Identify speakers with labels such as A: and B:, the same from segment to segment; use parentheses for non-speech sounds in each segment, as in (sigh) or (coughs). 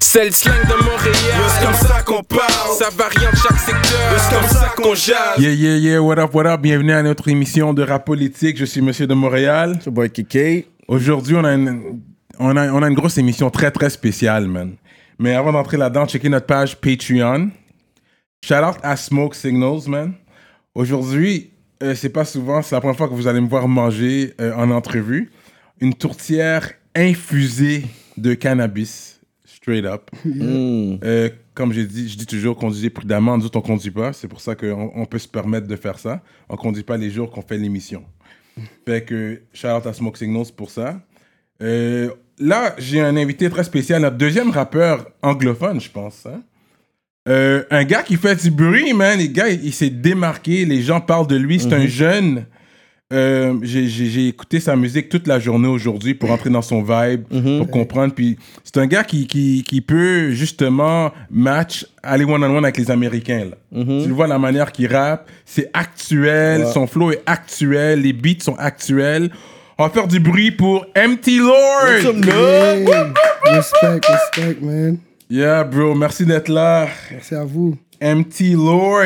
A: C'est le slang de Montréal.
B: C'est comme ça qu'on parle.
A: Ça varie en chaque secteur.
B: C'est comme ça qu'on jase.
C: Yeah, yeah, yeah, what up, what up. Bienvenue à notre émission de rap politique. Je suis Monsieur de Montréal.
D: C'est boy Kiki.
C: Aujourd'hui, on, a une- on, a, on a une grosse émission très, très spéciale, man. Mais avant d'entrer là-dedans, checkez notre page Patreon. Shout out à Smoke Signals, man. Aujourd'hui, euh, c'est pas souvent, c'est la première fois que vous allez me voir manger euh, en entrevue. Une tourtière infusée de cannabis, straight up. Euh, comme j'ai dit, je dis toujours, conduisez prudemment. Nous autres, on conduit pas. C'est pour ça qu'on on peut se permettre de faire ça. On conduit pas les jours qu'on fait l'émission. Fait que, shout out à Smoke Signals pour ça. Euh, là, j'ai un invité très spécial, notre deuxième rappeur anglophone, je pense. hein. Euh, un gars qui fait du bruit, man. Les gars, il, il s'est démarqué. Les gens parlent de lui. C'est un jeune. Euh, j'ai- J'ai j'ai écouté sa musique toute la journée aujourd'hui pour entrer dans son vibe, pour comprendre. Puis c'est un gars qui, qui, qui peut justement match, aller one-on-one avec les Américains. Là. Tu le vois la manière qu'il rappe, c'est actuel, son flow est actuel, les beats sont actuels. On va faire du bruit pour MT Lord.
D: Là.
E: Respect, respect, man.
C: Yeah, bro, merci d'être là.
E: C'est à vous.
C: MT Lord.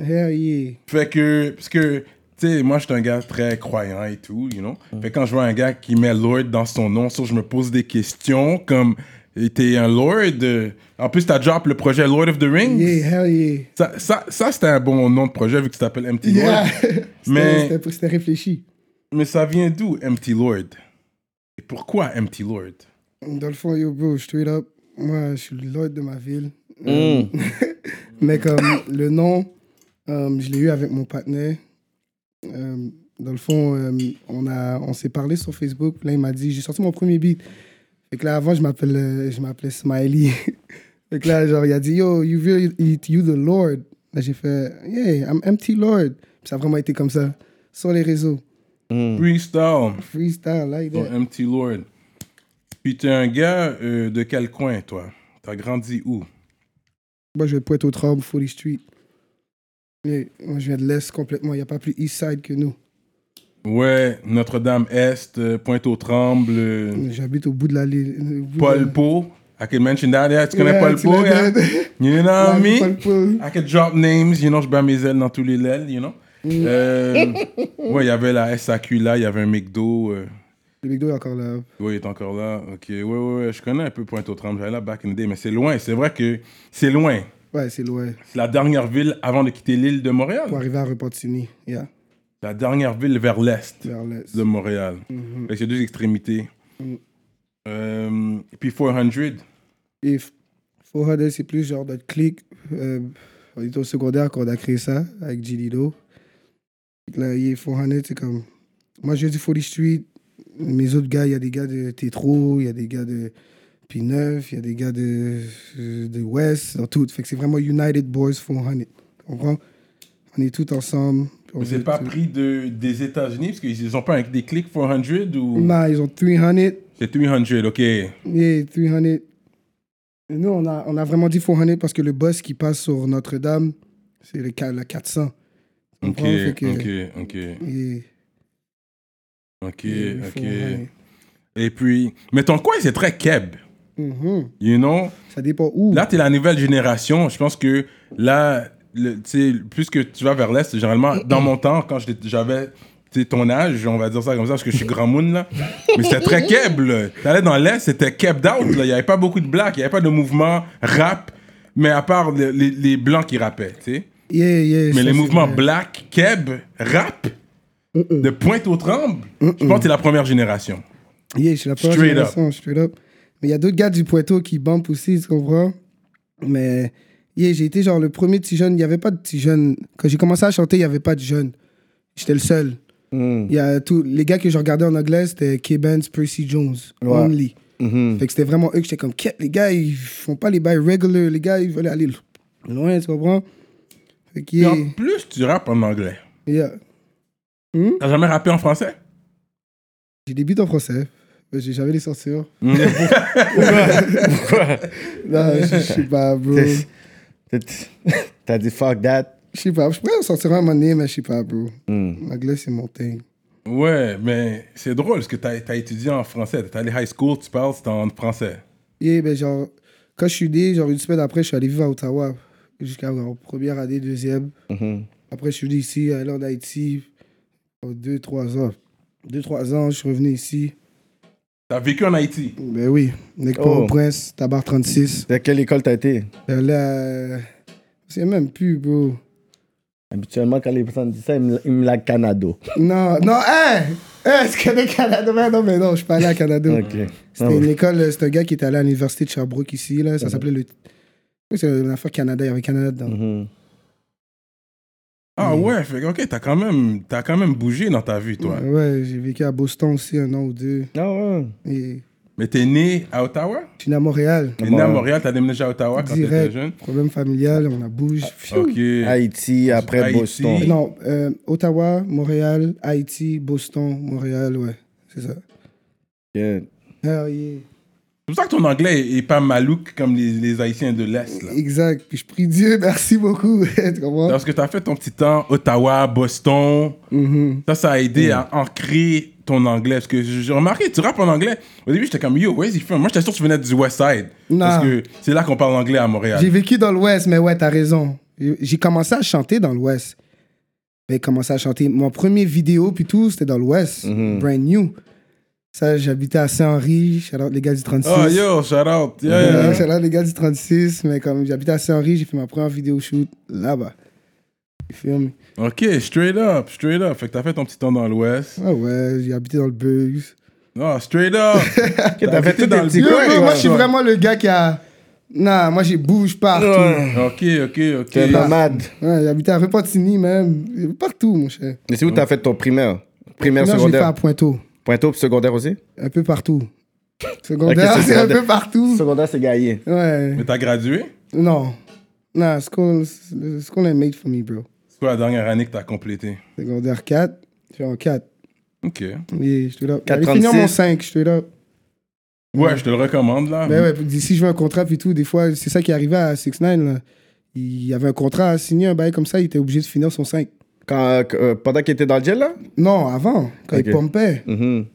E: Hell yeah.
C: Fait que, parce que, tu sais, moi, je suis un gars très croyant et tout, you know.
E: Mm.
C: Fait que quand je vois un gars qui met Lord dans son nom, ça, je me pose des questions comme, et t'es un Lord. euh, En plus, t'as drop le projet Lord of the Rings.
E: Yeah, hell yeah.
C: Ça, ça, ça, c'était un bon nom de projet vu que tu t'appelles MT Lord.
E: Yeah. (laughs) Mais...
C: Mais-
E: C'était c'était réfléchi.
C: Mais ça vient d'où, MT Lord Et pourquoi MT Lord
E: Dans le fond, yo, bro, straight up, moi, je suis le lord de ma ville. Euh, (laughs) Mais comme le nom, euh, je l'ai eu avec mon partenaire. Euh, dans le fond, euh, on, a- on s'est parlé sur Facebook. Là, il m'a dit, j'ai sorti mon premier beat. Fait que là, avant, je m'appelle, euh, je m'appelais Smiley. (laughs) fait que là, genre, il a dit, yo, you really, you the lord. Là, j'ai fait, yeah, I'm empty lord. Puis ça a vraiment été comme ça, sur les réseaux. Mm.
C: Freestyle,
E: Freestyle, like
C: pour
E: that.
C: MT Lord. Puis t'es un gars euh, de quel coin, toi T'as grandi où
E: Moi, je vais pointe aux trembles, Folly Street. Mais moi, je viens de l'Est complètement. Il n'y a pas plus East Side que nous.
C: Ouais, Notre-Dame-Est, euh, Pointe-aux-Trembles, euh,
E: J'habite au bout de l'allée. au bout de-
C: Paul Po. I could mention that, yeah. Tu connais
E: Ouais,
C: Paul
E: tu
C: Po,
E: l'as
C: yeah?
E: dit.
C: You know what I
E: Ouais,
C: mean?
E: Paul Po.
C: I could drop names, you know, je bats mes ailes dans tous les lèvres, you know? Euh, ouais, il y avait la SAQ là, il y avait un McDo. euh,
E: Le McDo est encore là.
C: Oui, il est encore là. Ok, ouais, ouais, ouais. Je connais un peu Pointe-aux-Trembles. J'allais là back in the day, mais c'est loin. C'est vrai que c'est loin.
E: Ouais, c'est loin.
C: C'est la dernière ville avant de quitter l'île de Montréal.
E: Pour arriver à Repentigny, yeah,
C: La dernière ville vers l'est
E: vers l'Est. Mhm.
C: de Montréal.
E: Mm.
C: Fait que c'est deux extrémités. Euh, puis 400.
E: Et F- Foradel, c'est plus genre notre clique. Euh, on était au secondaire quand on a créé ça avec G. Lido. Là, il est Foradel, c'est comme. Moi, je dis Folly Street. Mes autres gars, il y a des gars de Tétro, il y a des gars de P9, il y a des gars de, euh, de West, dans tout. Fait que c'est vraiment United Boys 400. Tu comprends? On est tous ensemble. puis on
C: Mais c'est
E: veut
C: pas
E: tout.
C: pris de, des États-Unis parce qu'ils ont pas un, des clics 400 ou.
E: Non, ils ont 300.
C: C'est 300, ok.
E: Yeah, 300. Et nous, on a, on a vraiment dit 400 parce que le boss qui passe sur Notre-Dame, c'est le, ca- la 400. Tu
C: Ok,
E: comprends? Fait que-
C: ok, ok,
E: Yeah,
C: ok,
E: yeah,
C: ok.
E: 400.
C: Et puis, mais ton coin, c'est très keb,
E: Mhm.
C: you know?
E: Ça dépend où.
C: Là, tu es la nouvelle génération. Je pense que là, le- tu sais, plus que tu vas vers l'Est, généralement, dans mon temps, quand j'étais- j'avais tu sais, ton âge, on va dire ça comme ça, parce que je suis grand moon, là. Mais c'était très keb, là. T'allais dans l'Est, c'était kebbed out, là. Il n'y avait pas beaucoup de blacks, il n'y avait pas de mouvement rap, mais à part le- les, les blancs qui rappaient, tu sais.
E: Yeah, yeah, ça,
C: Mais les
E: c'est
C: mouvements
E: vrai.
C: black, keb, rap, de pointe aux trembles, je pense que t'es la première génération.
E: Yeah, je suis la première
C: Straight up.
E: génération, straight up. Mais il y a d'autres gars du Poitou qui bumpent aussi, tu comprends? Mais yeah, j'ai été genre le premier petit jeune. Il n'y avait pas de petit jeune. Quand j'ai commencé à chanter, il n'y avait pas de jeune. J'étais le seul.
C: Hmm.
E: Il y a tout, les gars que je regardais en anglais, c'était K-Benz, Percy Jones, Only.
C: Mm-hmm.
E: Fait que c'était vraiment eux que j'étais comme, Qu'est- les gars, ils font pas les bails regular. Les gars, ils veulent aller loin, tu comprends? Fait que
C: Et
E: yeah.
C: en plus, tu rappes en anglais.
E: yeah.
C: T'as jamais rappé en français?
E: J'ai des beats en français. mais J'ai jamais les censures. Non, je je sais pas, bro.
D: T'es- t'es- T'as (laughs) dit fuck that.
E: Je sais pas, je pourrais en sortir un moment donné, mais je sais pas, bro. L'anglais, c'est mon thing.
C: Ouais, mais c'est drôle parce que t'as as étudié en français. T'es allé high school, tu parles, c'est en français.
E: Yeah, ben genre, Quand je suis né, genre une semaine après, je suis allé vivre à Ottawa, jusqu'à en première année, deuxième.
D: Mhm.
E: Après, je suis venu ici, allé en Haïti, pour deux, trois ans. Deux, trois ans, je suis revenu ici.
C: T'as vécu en Haïti.
E: Ben oui, Nec
D: Oh.
E: au Prince, Tabar 36.
D: Dans quelle école t'as été
E: Ben là, c'est même plus, bro.
D: Habituellement, quand les personnes disent ça, ils me, ils me la canado. (laughs)
E: Non, non, hein! Hein, est-ce que le Canada? Ben non, mais non, je suis pas allé à Canada.
D: Ok.
E: C'était une école, c'était un gars qui était allé à l'université de Sherbrooke ici, là. Ça
C: Mhm.
E: s'appelait le. Oui, C'est une affaire Canada, il y avait Canada dedans.
D: Mhm.
E: Mm.
C: Ah ouais, fait que, ok, t'as quand, même- t'as quand même bougé dans ta vie, toi.
E: Ouais, ouais, j'ai vécu à Boston aussi un an ou deux.
D: Ah ouais.
E: Et
C: Mais t'es né à Ottawa?
E: je suis né à Montréal.
C: T'es né à Montréal, t'as déménagé à Ottawa quand t'étais
E: Bah, Direct.
C: jeune? Ah,
E: Problème familial, on a bougé. Pfiou.
C: Ok.
D: Haïti, après
C: Haïti.
D: Boston.
E: Non, euh, Ottawa, Montréal, Haïti, Boston, Montréal, ouais. C'est ça.
D: Ok.
E: Ah, yeah.
C: C'est pour ça que ton anglais est- est pas malouk comme les, les Haïtiens de l'Est, là.
E: Exact. Puis je prie Dieu, (laughs) merci beaucoup. tu comprends?
C: Lorsque t'as fait ton petit temps, Ottawa, Boston,
E: Mhm.
C: ça, ça a aidé à ancrer ton anglais. Parce que j'ai remarqué, tu rappes en anglais. Au début, j'étais comme, yo, where's he from? Moi, j'étais sûr que tu venais du West Side.
E: Non.
C: Parce que c'est là qu'on parle anglais à Montréal.
E: J'ai vécu dans l'Ouest, mais ouais, t'as raison. J'ai commencé à chanter dans l'Ouest. J'ai commencé à chanter. Mon premier vidéo, puis tout, c'était dans l'Ouest. Brand new. Ça, j'habitais à Saint-Henri. Shout out les gars du 36.
C: Oh, yo, shout out. Yeah, yeah,
E: Ouais,
C: yeah.
E: shout out les gars du 36. Mais comme j'habitais à Saint-Henri, j'ai fait ma première vidéo shoot là-bas. Tu filmes?
C: Ok, straight up, straight up. Fait que t'as fait ton petit temps dans l'Ouest.
E: Ah ouais, j'ai habité dans le Bugs.
C: Non, straight
E: (laughs)
C: up.
D: T'as fait
C: habité
D: tout
C: dans
D: dans
C: le
D: petit
E: Yo,
D: coin,
E: yo, moi,
D: toi.
E: je suis vraiment le gars qui a. Non, moi, j'ai bouge partout. Ouais.
C: ok, ok, ok.
D: T'es nomade.
E: j'habitais à Repentigny, même. Partout, mon cher.
D: Mais c'est où t'as fait ton primaire Primaire,
E: Non, je l'ai fait à
D: secondaire.
E: Pointeau.
D: Pointeau, puis secondaire aussi
E: Un peu partout. Secondaire,
D: Ok,
E: c'est un
D: secondaire.
E: peu partout.
D: Secondaire, c'est gaillé.
E: Ouais.
C: Mais t'as gradué?
E: Non. Non, school, school ain't made for me, bro.
C: C'est quoi la dernière année que t'as complétée?
E: Secondaire 4. Je suis en 4.
C: Ok.
E: Yeah, je te l'ai.
D: 4,
E: J'allais finir
D: 36.
E: mon 5, je te l'ai.
C: Ouais, je te le recommande, là.
D: Mm.
E: Ben ouais, puis d'ici, je veux un contrat, puis tout. Des fois, c'est ça qui est arrivé à 6 9 là. Il y avait un contrat à signer, un bail comme ça, il était obligé de finir son 5.
D: Quand, euh, que- euh, pendant qu'il était dans le gel, là
E: Non, avant, quand
D: Ok.
E: il pompait.
D: Mhm.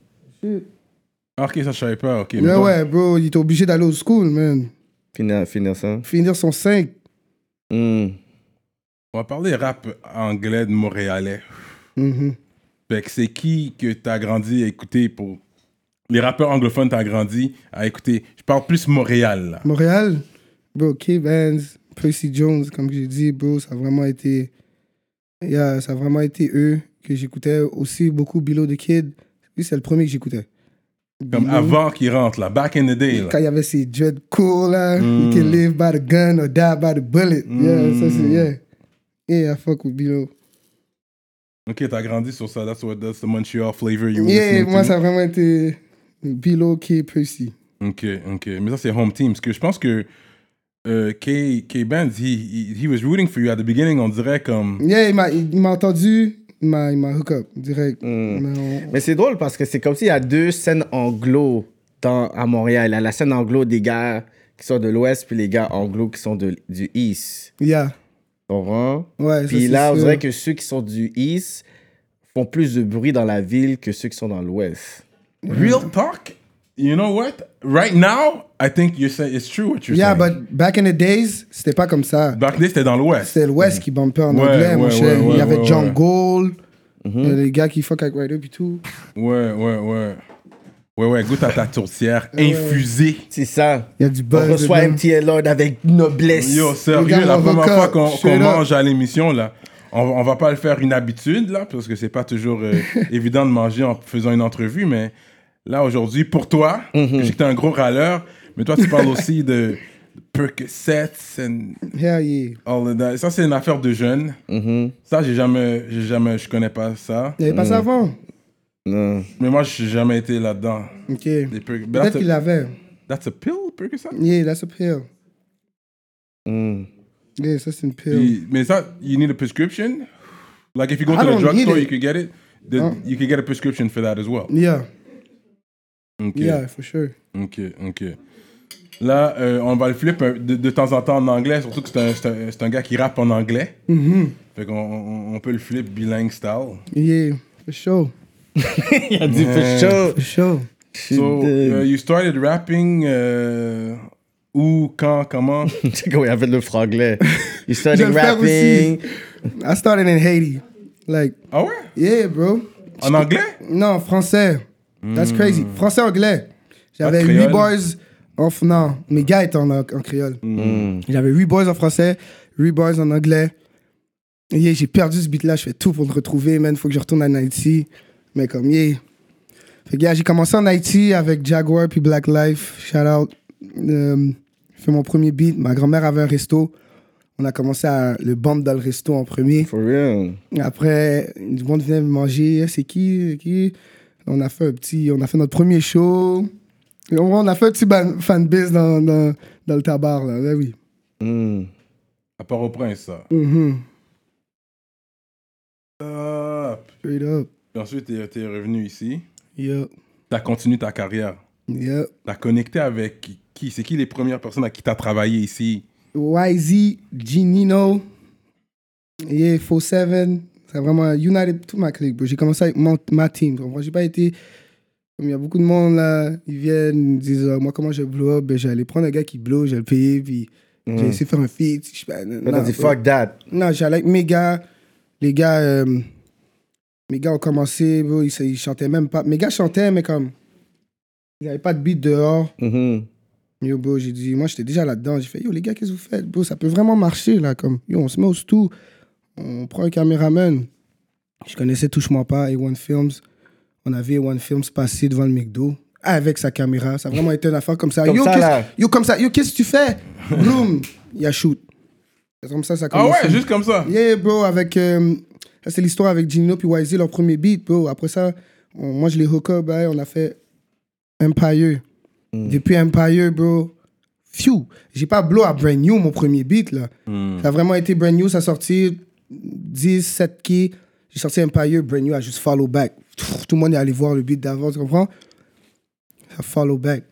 C: Ah, Ok, ça, je savais pas. Ok. mais
E: Ben Ouais,
C: toi-
E: ouais, bro, il était obligé d'aller au school, man.
D: Finir, finir ça.
E: Finir son 5.
D: Hmm.
C: On va parler rap anglais de Montréalais.
E: Mhm.
C: Fait que c'est qui que t'as grandi à écouter pour. Les rappeurs anglophones t'as grandi à écouter. Je parle plus Montréal, là.
E: Montréal, bro, K-Benz, Percy Jones, comme j'ai dit, bro, ça a vraiment été. yeah, ça a vraiment été eux que j'écoutais. Aussi beaucoup Bilo the Kid. Lui, c'est le premier que j'écoutais.
C: Comme
E: Bilo,
C: avant qu'ils rentrent, là. Back in the day, là. Mm.
E: Quand il y avait ces dread cool, là. You can live by the gun or die by the bullet. Yeah, ça c'est. Yeah. Yeah, I fuck with Bilo.
C: Ok, t'as grandi sur ça. That's what that's the Montreal flavor you were
E: Yeah,
C: listening
E: moi,
C: to.
E: ça a vraiment été Bilo, K, Percy.
C: Ok, ok. Mais ça, c'est home team. Parce que je pense que euh, K, K Benz, he, he, he was rooting for you at the beginning, on dirait comme.
E: Yeah, il m'a- il m'a entendu, il m'a il m'a hook up direct.
C: Mm.
D: Mm-hmm.
E: Mais on-
D: Mais c'est drôle parce que c'est comme s'il y a deux scènes anglo dans, à Montréal. Il y a la scène anglo des gars qui sont de l'ouest, puis les gars anglo qui sont de, du east.
E: Yeah,
D: Tu comprends?
E: ouais, ça,
D: Puis
E: c'est
D: là, on
E: sûr.
D: dirait que ceux qui sont du east font plus de bruit dans la ville que ceux qui sont dans l'ouest.
E: Mm-hmm.
C: Real talk? You know what? Right now, I think you're saying it's true what you're
E: Yeah,
C: saying.
E: but back in the days, c'était pas comme ça.
C: Back then, c'était dans l'Ouest.
E: C'était l'Ouest qui bumpait en
C: Mm-hmm. Ouais,
E: anglais, mon
C: ouais,
E: cher.
C: ouais,
E: il
C: ouais,
E: y avait
C: ouais, Mm-hmm.
E: John
C: ouais.
E: Gold, il y a les gars qui fuck avec Ryder et tout.
C: Ouais, ouais, ouais. Ouais, ouais, goûte à ta tourtière infusée.
D: C'est ça.
E: Il y a du
D: On
E: buzz.
D: reçoit
E: dedans.
D: MTL Lord avec noblesse.
C: Yo,
E: Regarde
C: sérieux, la
E: mon
C: première
E: avocat,
C: fois qu'on
E: je
C: qu'on
E: suis là.
C: mange à l'émission, là, on, on va pas le faire une habitude, là, parce que c'est pas toujours
E: (laughs)
C: euh, évident de manger en faisant une entrevue, mais là, aujourd'hui, pour toi,
E: Mm-hmm.
C: j'étais un gros râleur, mais toi, tu parles aussi de Percocets and
E: Hell yeah.
C: all of that. Ça, c'est une affaire de jeunes.
E: Mm-hmm.
D: Mhm.
C: Ça, j'ai jamais, j'ai jamais, je connais pas ça.
E: Il n'y avait pas ça avant.
D: Non.
C: Mais moi, j'ai jamais été là-dedans.
E: Ok.
C: Des
E: Peut-être
C: Perc- But That's
E: qu'il
C: a,
E: l'avait.
C: that's a pill, Percocet?
E: Yeah, that's a pill.
D: Hmm.
C: Mm.
E: Yeah, ça c'est une pill.
C: You- Mais ça, you need a prescription? Like if you go
E: I
C: to the
E: don't need
C: drugstore,
E: it.
C: you could get it. The-
E: Huh?
C: You could get a prescription for that as well.
E: Yeah,
C: Ok,
E: Mm. yeah, for sure.
C: ok, ok. Là, euh, on va le flip un- de, de temps en temps en anglais, surtout que c'est un, c'est un- c'est un gars qui rappe en anglais.
E: Mhm.
C: Fait qu'on on, on peut le flip bilingue style.
E: Yeah, for sure.
D: Il a dit for
C: Euh,
D: sure.
E: For sure.
D: Je suis (laughs)
C: So, euh,
D: dingue.
C: uh, you started rapping uh, Où, quand,
E: (laughs)
C: comment
D: C'est comme il avait le franglais. You started
E: Je le fais
D: rapping.
E: I started in Haiti. Like,
C: Ah ouais
E: yeah, bro.
C: En anglais
E: Non, français. That's crazy. Français-anglais. J'avais
C: Hmm. Pas de
E: huit
C: créole.
E: boys en... f- Non, mes gars étaient en, en créole.
C: Hmm.
D: Mm.
E: J'avais huit boys en français, huit boys en anglais. Et yeah, j'ai perdu ce beat-là. Je fais tout pour le retrouver, man. Faut que je retourne en Haïti. Mais comme, yeah. Fait que, yeah, j'ai commencé en Haïti avec Jaguar puis Black Life. Shout out. Euh, j'ai fait mon premier beat. Ma grand-mère avait un resto. On a commencé à le bande dans le resto en premier.
D: For real.
E: Après, du monde venait manger. Eh, C'est qui, qui On a fait un petit, on a fait notre premier show. Et On on a fait un petit ban- fanbase dans, dans, dans le tabar là. Ben oui.
D: Mm.
C: À part au prince, ça.
E: Mhm.
C: Hop.
E: Straight up.
C: Puis ensuite, t'es t'es revenu ici.
E: Yup.
C: T'as continué ta carrière.
E: Yup.
C: T'as connecté avec qui C'est qui les premières personnes à qui t'as travaillé ici
E: YZ, Ginino, yeah, 47. C'est vraiment United, tout ma clique. bro. J'ai commencé avec mon, ma team. tu comprends? J'ai pas été. Comme il y a beaucoup de monde là, ils viennent, ils disent euh, Moi, comment je blow up Ben, J'allais prendre un gars qui blow, je vais le payer, puis j'ai essayé de faire un feat. je sais pas,
D: Là, t'as
E: non,
D: dit
E: bro.
D: fuck that.
E: Non, j'allais avec mes gars. Les gars, euh, mes gars ont commencé, bro, ils, ils chantaient même pas. Mes gars chantaient, mais comme. Il n'y avait pas de beat dehors.
D: Mhm.
E: Yo, bro, j'ai dit, moi, j'étais déjà là-dedans. J'ai fait, yo, les gars, qu'est-ce que vous faites, bro? Ça peut vraiment marcher, là, comme, yo, on se met au stou, on prend un caméraman. Je connaissais Touche-moi pas, A1 Films. On a vu A1 Films passer devant le McDo avec sa caméra. Ça a vraiment été une affaire comme ça.
D: Comme
E: yo,
D: ça,
E: qu'est-ce-
D: là.
E: yo, comme ça, yo, qu'est-ce que tu fais? Boum, il y a shoot. C'est comme ça, ça
C: Ah
E: commence.
C: ouais, juste comme ça.
E: Yeah, bro, avec. euh, ça, c'est l'histoire avec Gino puis YZ, leur premier beat, bro. Après ça, on- moi, je les hook up, hein, on a fait Empire. Depuis Empire, bro. Phew! J'ai pas blow à Brand New, mon premier beat, là. Ça a vraiment été Brand New, ça a sorti 10, 7 keys. J'ai sorti Empire, Brand New a juste follow back. Pff, Tout le monde est allé voir le beat d'avant, tu comprends? Ça follow back.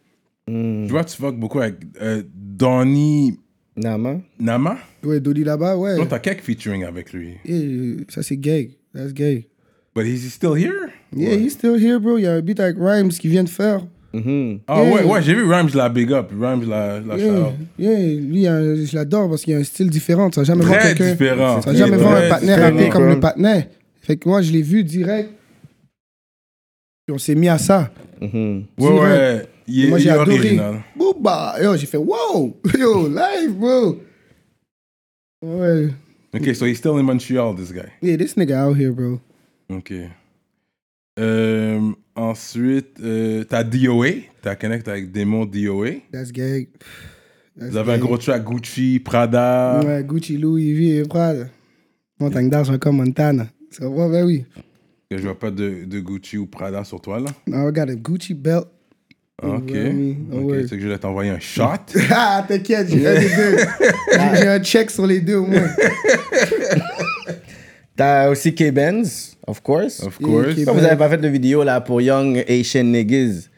C: Je vois, Mm. tu fuck beaucoup avec euh, Donny
D: Nama.
C: Nama.
E: Ouais, Dodi là-bas, ouais.
C: Non, t'as quelques featuring avec lui.
E: Yeah, ça, c'est gay. That's gay.
C: But is he still here?
E: Yeah, he's still here, bro. Il y a un beat avec Rhymes qui vient de faire.
D: Mhm.
C: Ah
E: Yeah.
C: ouais, ouais, j'ai vu Rhymes la big up. Rhymes la, la
E: Yeah,
C: shout-out.
E: yeah, lui, il a un- je l'adore parce qu'il a un style différent. Tu vas jamais voir
C: Très
E: quelqu'un. Tu
C: différent.
E: vas jamais
C: Très
E: voir un partenaire
C: différent.
E: rapper comme le partenaire. Fait que moi, je l'ai vu direct. Puis on s'est mis à ça.
D: Mhm.
C: Ouais, ouais. Il est,
E: moi,
C: il
E: j'ai
C: est
E: adoré.
C: original.
E: Booba! Yo, j'ai fait wow! (laughs) Yo, live, bro! Ouais.
C: Ok, so he's still in Montreal, this guy.
E: Yeah, this nigga out here, bro.
C: Ok. Euh, ensuite, euh, t'as DOA. T'as connect avec Démon DOA.
E: That's gay. That's
C: Vous avez un
E: gay.
C: gros track Gucci, Prada.
E: Ouais, Gucci, Louis, Ivy et Prada. Montagne d'argent comme Montana. Ça va, ben oui.
C: Je vois pas de, de Gucci ou Prada sur toi, là.
E: Now I got a Gucci belt.
C: Ok.
E: Ouais, oui. Ah
C: Ok,
E: ouais.
C: c'est que je vais t'envoyer un shot.
E: (laughs) Ah, t'inquiète, j'ai un des deux. J'ai j'ai un check sur les deux au moins.
D: T'as aussi K-Benz, of course.
C: Of course.
E: Yeah,
D: Pourquoi vous avez pas fait de vidéo là pour Young Asian Niggas?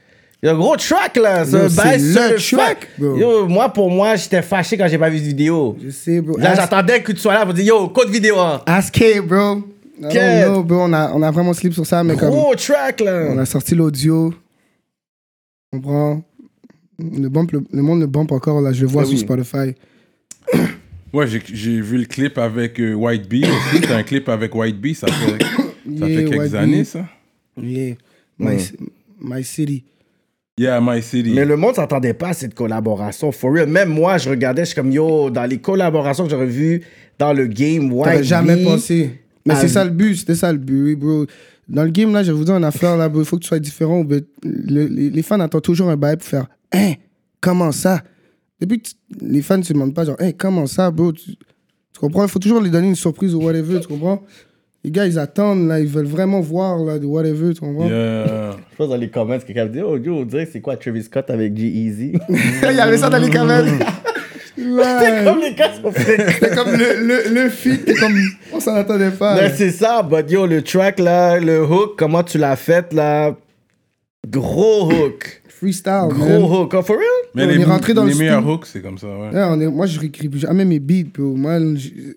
D: Il y a un gros track
E: Yo,
D: là, ce
E: c'est
D: bail sur
E: le
D: le
E: track,
D: track.
E: bro.
D: Yo, moi pour moi, j'étais fâché quand j'ai pas vu cette vidéo.
E: Je sais, bro.
D: Là,
E: Ask-
D: j'attendais que tu sois là pour dire yo, code vidéo. hein.
E: Ask K, bro. I
D: K.
E: don't know, bro. On a, on a vraiment slip sur ça, mais comme.
D: Gros track
E: On
D: là.
E: a sorti l'audio. On prend. Le, bump, le, le monde le bump encore, là, je le vois
D: Ah
E: sur
D: oui.
E: Spotify.
C: Ouais, j'ai- j'ai vu le clip avec euh, White
E: (coughs)
C: Bee aussi. T'as un clip avec White Bee, ça fait, ça
E: Yeah,
C: fait quelques
E: White Bee.
C: années, ça.
E: Yeah. My, my City.
C: Yeah, My City.
D: Mais le monde s'attendait pas à cette collaboration, for real. Même moi, je regardais, je suis comme yo, dans les collaborations que j'aurais vues dans le game,
E: T'aurais
D: ouais.
E: jamais pensé. Mais
D: Ah,
E: c'est
D: oui.
E: ça le but, c'était ça le but, oui, bro. Dans le game, là, je vais vous dire une affaire, là, bro. Il faut que tu sois différent. bro. Le- les, les fans attendent toujours un bail pour faire Hein, comment ça Depuis que tu- les fans ne se demandent pas, genre, Hein, comment ça, bro tu, tu comprends Il faut toujours leur donner une surprise ou whatever, tu comprends Les gars, ils attendent, là, ils veulent vraiment voir, là, de whatever, tu comprends
C: Yeah.
D: Je pense dans les comments, quelqu'un me dit oh yo, on dirait que c'est quoi Travis Scott avec
E: (laughs)
D: G-Eazy.
E: Il y avait ça dans les caméras.
D: C'est
E: Ouais. (laughs)
D: comme les gars sont fait.
E: C'est comme le, le, le feat, c'est comme. On s'en attendait pas.
D: Mais
E: là.
D: c'est ça, but yo, le track là, le hook, comment tu l'as fait là? Gros hook.
E: Freestyle, man.
D: Gros hook. Oh, for real?
C: Mais
E: On
C: les,
E: est rentré dans
C: les
E: le
C: meilleurs
E: studio.
C: hooks, c'est comme ça, ouais.
E: Ouais, on est- moi, je réécris plus jamais mes beats, bro. Moi, je-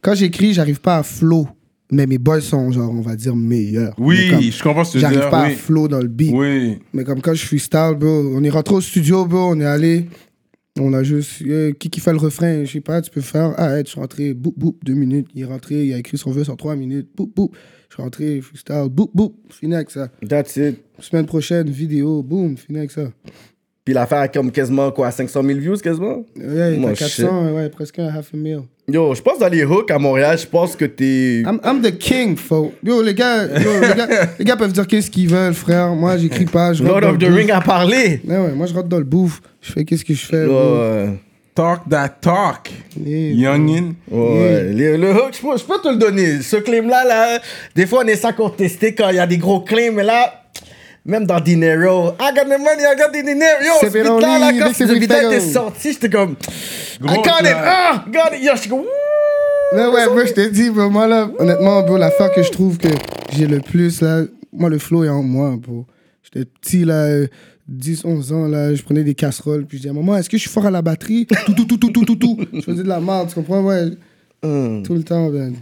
E: quand j'écris, j'arrive pas à flow. Mais mes boys sont, genre, on va dire, meilleurs.
C: Oui,
E: Mais comme,
C: je comprends ce que tu veux
E: J'arrive
C: dire.
E: pas à
C: oui.
E: flow dans le beat.
C: oui.
E: Mais comme quand je freestyle, bro, on est rentré au studio, bro, on est allé. On a juste. euh, qui, qui fait le refrain Je sais pas, tu peux faire. Ah, hey, je suis rentré, boum, boum, deux minutes. Il est rentré, il a écrit son verse en trois minutes. Boum, boum. Je suis rentré, freestyle, boum, boum. Fini avec ça.
D: That's it.
E: Semaine prochaine, vidéo, boum, fini avec ça.
D: Puis l'affaire a comme quasiment quoi, 500 000 views quasiment?
E: Ouais, il
D: Moi,
E: était
D: je sais.
E: 400, ouais, presque un half a mil.
D: Yo, je pense dans les hooks à Montréal, je pense que t'es.
E: I'm, I'm the king, fo. Yo, les gars, yo, les,
D: (laughs)
E: gars les gars peuvent dire qu'est-ce qu'ils veulent, frère. Moi, j'écris pas. Je rentre
D: Lord
E: dans
D: of the
E: le
D: Ring a parlé!
E: bouffe. Ouais, ouais, moi, je rentre dans le bouffe. Je fais qu'est-ce que je fais. bro.
D: Ouais,
C: Talk that talk,
E: Yeah,
C: youngin.
D: ouais. Le, le hook, je peux, je peux te le donner. Ce claim-là, là, des fois on est ça contesté quand il y a des gros claims, mais là, même dans Dinero, I got the money, I got the dinero. Yo, ce
E: C'est
D: beat-là, là,
E: Benoni,
D: quand
E: Big
D: ce
E: City
D: beat-là
E: Fail.
D: était sorti, j'étais comme, I
C: Gros
D: got it,
C: clap.
D: ah, got it. Yo, je suis comme, wouh!
E: Mais ouais, bro, je te dis, bro, moi là, honnêtement, bro, l'affaire que je trouve que j'ai le plus là, moi le flow est en moi, bro. J'étais petit là, euh, 10, 11 ans là, je prenais des casseroles, puis je disais à maman, est-ce que je suis fort à la batterie Tout, tout, tout, tout, tout, tout, tout. Je faisais de la merde, tu comprends, ouais,
D: Hum.
E: tout le temps, ben.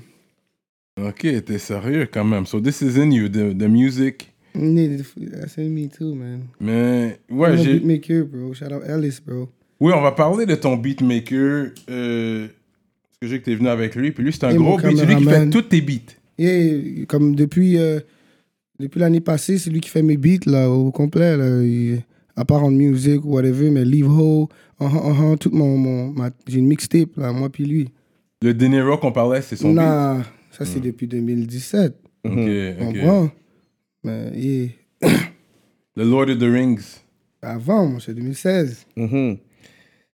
C: Ok, t'es sérieux quand même. So this is in you, the, the music.
E: Need to- That's me too, man.
C: Mais
E: I'm
C: ouais,
E: a
C: j'ai.
E: beatmaker, bro. Shout out Alice, bro.
C: Oui, on va parler de ton beatmaker. Euh, parce que j'ai que t'es venu avec lui. Puis lui, c'est un
E: Et mon
C: gros beat. C'est lui qui fait
E: caméraman.
C: toutes tes beats.
E: Et comme depuis, euh, depuis l'année passée, c'est lui qui fait mes beats là, au complet. Là, Il- à part en music ou whatever, mais Leave Ho, uh -huh, uh -huh, tout mon, mon, ma- j'ai une mixtape là, moi puis lui.
C: Le De Niro qu'on parlait, c'est son
E: Nah, ça
D: Hmm.
E: c'est depuis 2017,
C: beat. Ok,
E: on
C: ok.
E: comprends? Mais yeah,
C: The Lord of the Rings.
E: avant, moi c'est 2016.
D: Mhm.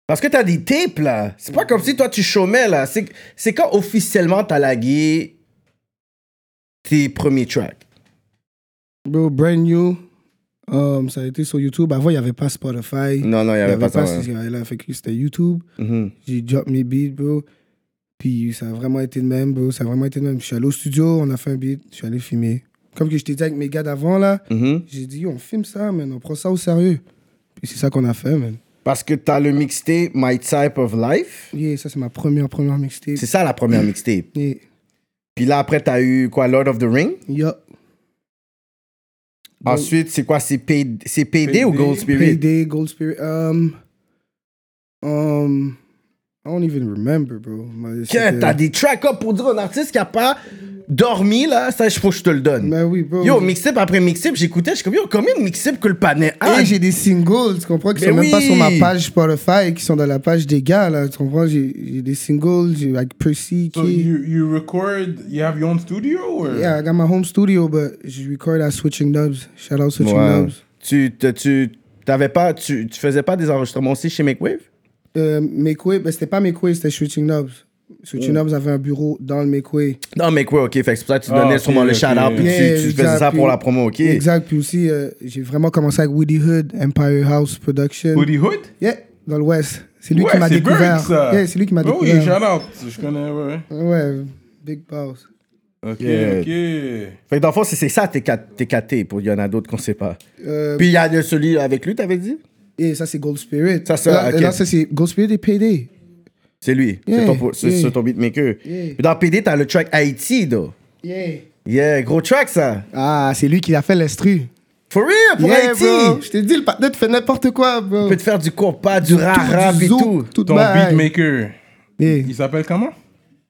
D: Parce que t'as des tapes, là. C'est pas comme si toi, tu chômais, là. C'est c'est quand officiellement t'as lagué tes premiers tracks.
E: Bro, brand new, um, ça a été sur YouTube. Avant, il n'y avait pas Spotify.
D: Non, non, il y
E: Il
D: avait pas ça.
E: ces gars-là. Fait que c'était YouTube.
D: ouais. Mhm.
E: J'ai drop mes beats, bro. Puis ça a vraiment été le même, bro. Ça a vraiment été le même. Je suis allé au studio, on a fait un beat, je suis allé filmer. Comme que je t'ai dit avec mes gars d'avant, là,
D: Mhm.
E: j'ai dit, Yo, on filme ça, man, on prend ça au sérieux. Puis c'est ça qu'on a fait, man.
D: Parce que t'as le mixtape My Type of Life.
E: Yeah, ça, c'est ma première, première mixtape.
D: C'est ça, la première mixtape.
E: Yeah.
D: Puis là, après, t'as eu, quoi, Lord of the Ring.
E: Yup.
D: Ensuite, c'est quoi, c'est Pay- c'est Payday, ou
C: Payday.
D: Gold Spirit?
E: Payday, Gold Spirit. Um, um, I don't even remember, bro. Mais
D: Tiens,
E: c'était-
D: T'as des tracks up pour dire un artiste qui a pas dormi, là. Ça, il faut que je te le donne.
E: Mais Ben oui, bro.
D: Yo, mixtape après mixtape, j'écoutais, je suis comme, yo, combien de mixtapes que le panel
C: Ah.
D: a?
E: Et j'ai des singles, tu comprends, qui
D: Mais
E: sont même pas
D: oui.
E: sur ma page Spotify, qui sont dans la page des gars, là, tu comprends, j'ai j'ai des singles, j'ai like Percy,
C: So
E: Kid.
C: Oh, you, you record, you have your own studio? Or?
E: Yeah, I got my home studio, but je record à Switching Dubs. Shout out Switching
D: Ouais.
E: Dubs.
D: Tu, te- tu, t'avais pas, tu, tu faisais pas des enregistrements aussi chez McWave?
E: Euh, Makeway, ben, c'était pas Makeway, c'était Switching Dubs. Switching Dubs avait un bureau dans le Makeway.
D: Non, McWave, ok. Fait que c'est pour ça que tu
C: Ah,
D: donnais
C: ok,
D: sûrement le
C: ok.
D: shout-out, puis tu-
E: Yeah,
D: tu, faisais
E: exact,
D: ça pour
E: puis-
D: la promo, ok.
E: Exact, puis aussi, euh, j'ai vraiment commencé avec Woody Hood, Empire House Production.
C: Hoodie Hood?
E: Yeah, dans l'Ouest. C'est lui
C: ouais,
E: qui m'a
C: c'est
E: découvert.
C: Berg, ça.
E: Yeah, c'est lui qui m'a
C: Ben
E: découvert.
C: Oui, shout out. Je connais, ouais.
E: Ouais, Big Boss.
C: Ok,
D: Yeah.
C: ok.
D: Fait que dans le fond, c'est, c'est ça tes 4 tes quatre tapes. Il y en a d'autres qu'on sait pas.
E: Euh,
D: Puis il y a le- celui avec lui, t'avais dit?
E: et ça, c'est Gold Spirit.
D: Ça, ça,
E: là,
D: ok.
E: là, ça, c'est Gold Spirit et Payday.
D: C'est lui. c'est
E: Yeah,
D: ton, c'est,
E: yeah.
D: c'est ton beatmaker.
E: Yeah.
D: Puis dans PD, t'as le track Haïti, though.
E: Yeah.
D: Yeah, gros track, ça.
E: Ah, c'est lui qui a fait l'instru.
D: For real, pour
E: Yeah,
D: Haïti.
E: bro. Je t'ai dit, le partner te fait n'importe quoi, bro.
D: Tu peux te faire du compas, du rara,
E: du
D: et
E: zouk,
D: tout.
E: toute
C: Ton
E: baille.
C: beatmaker,
E: Yeah.
C: il s'appelle comment?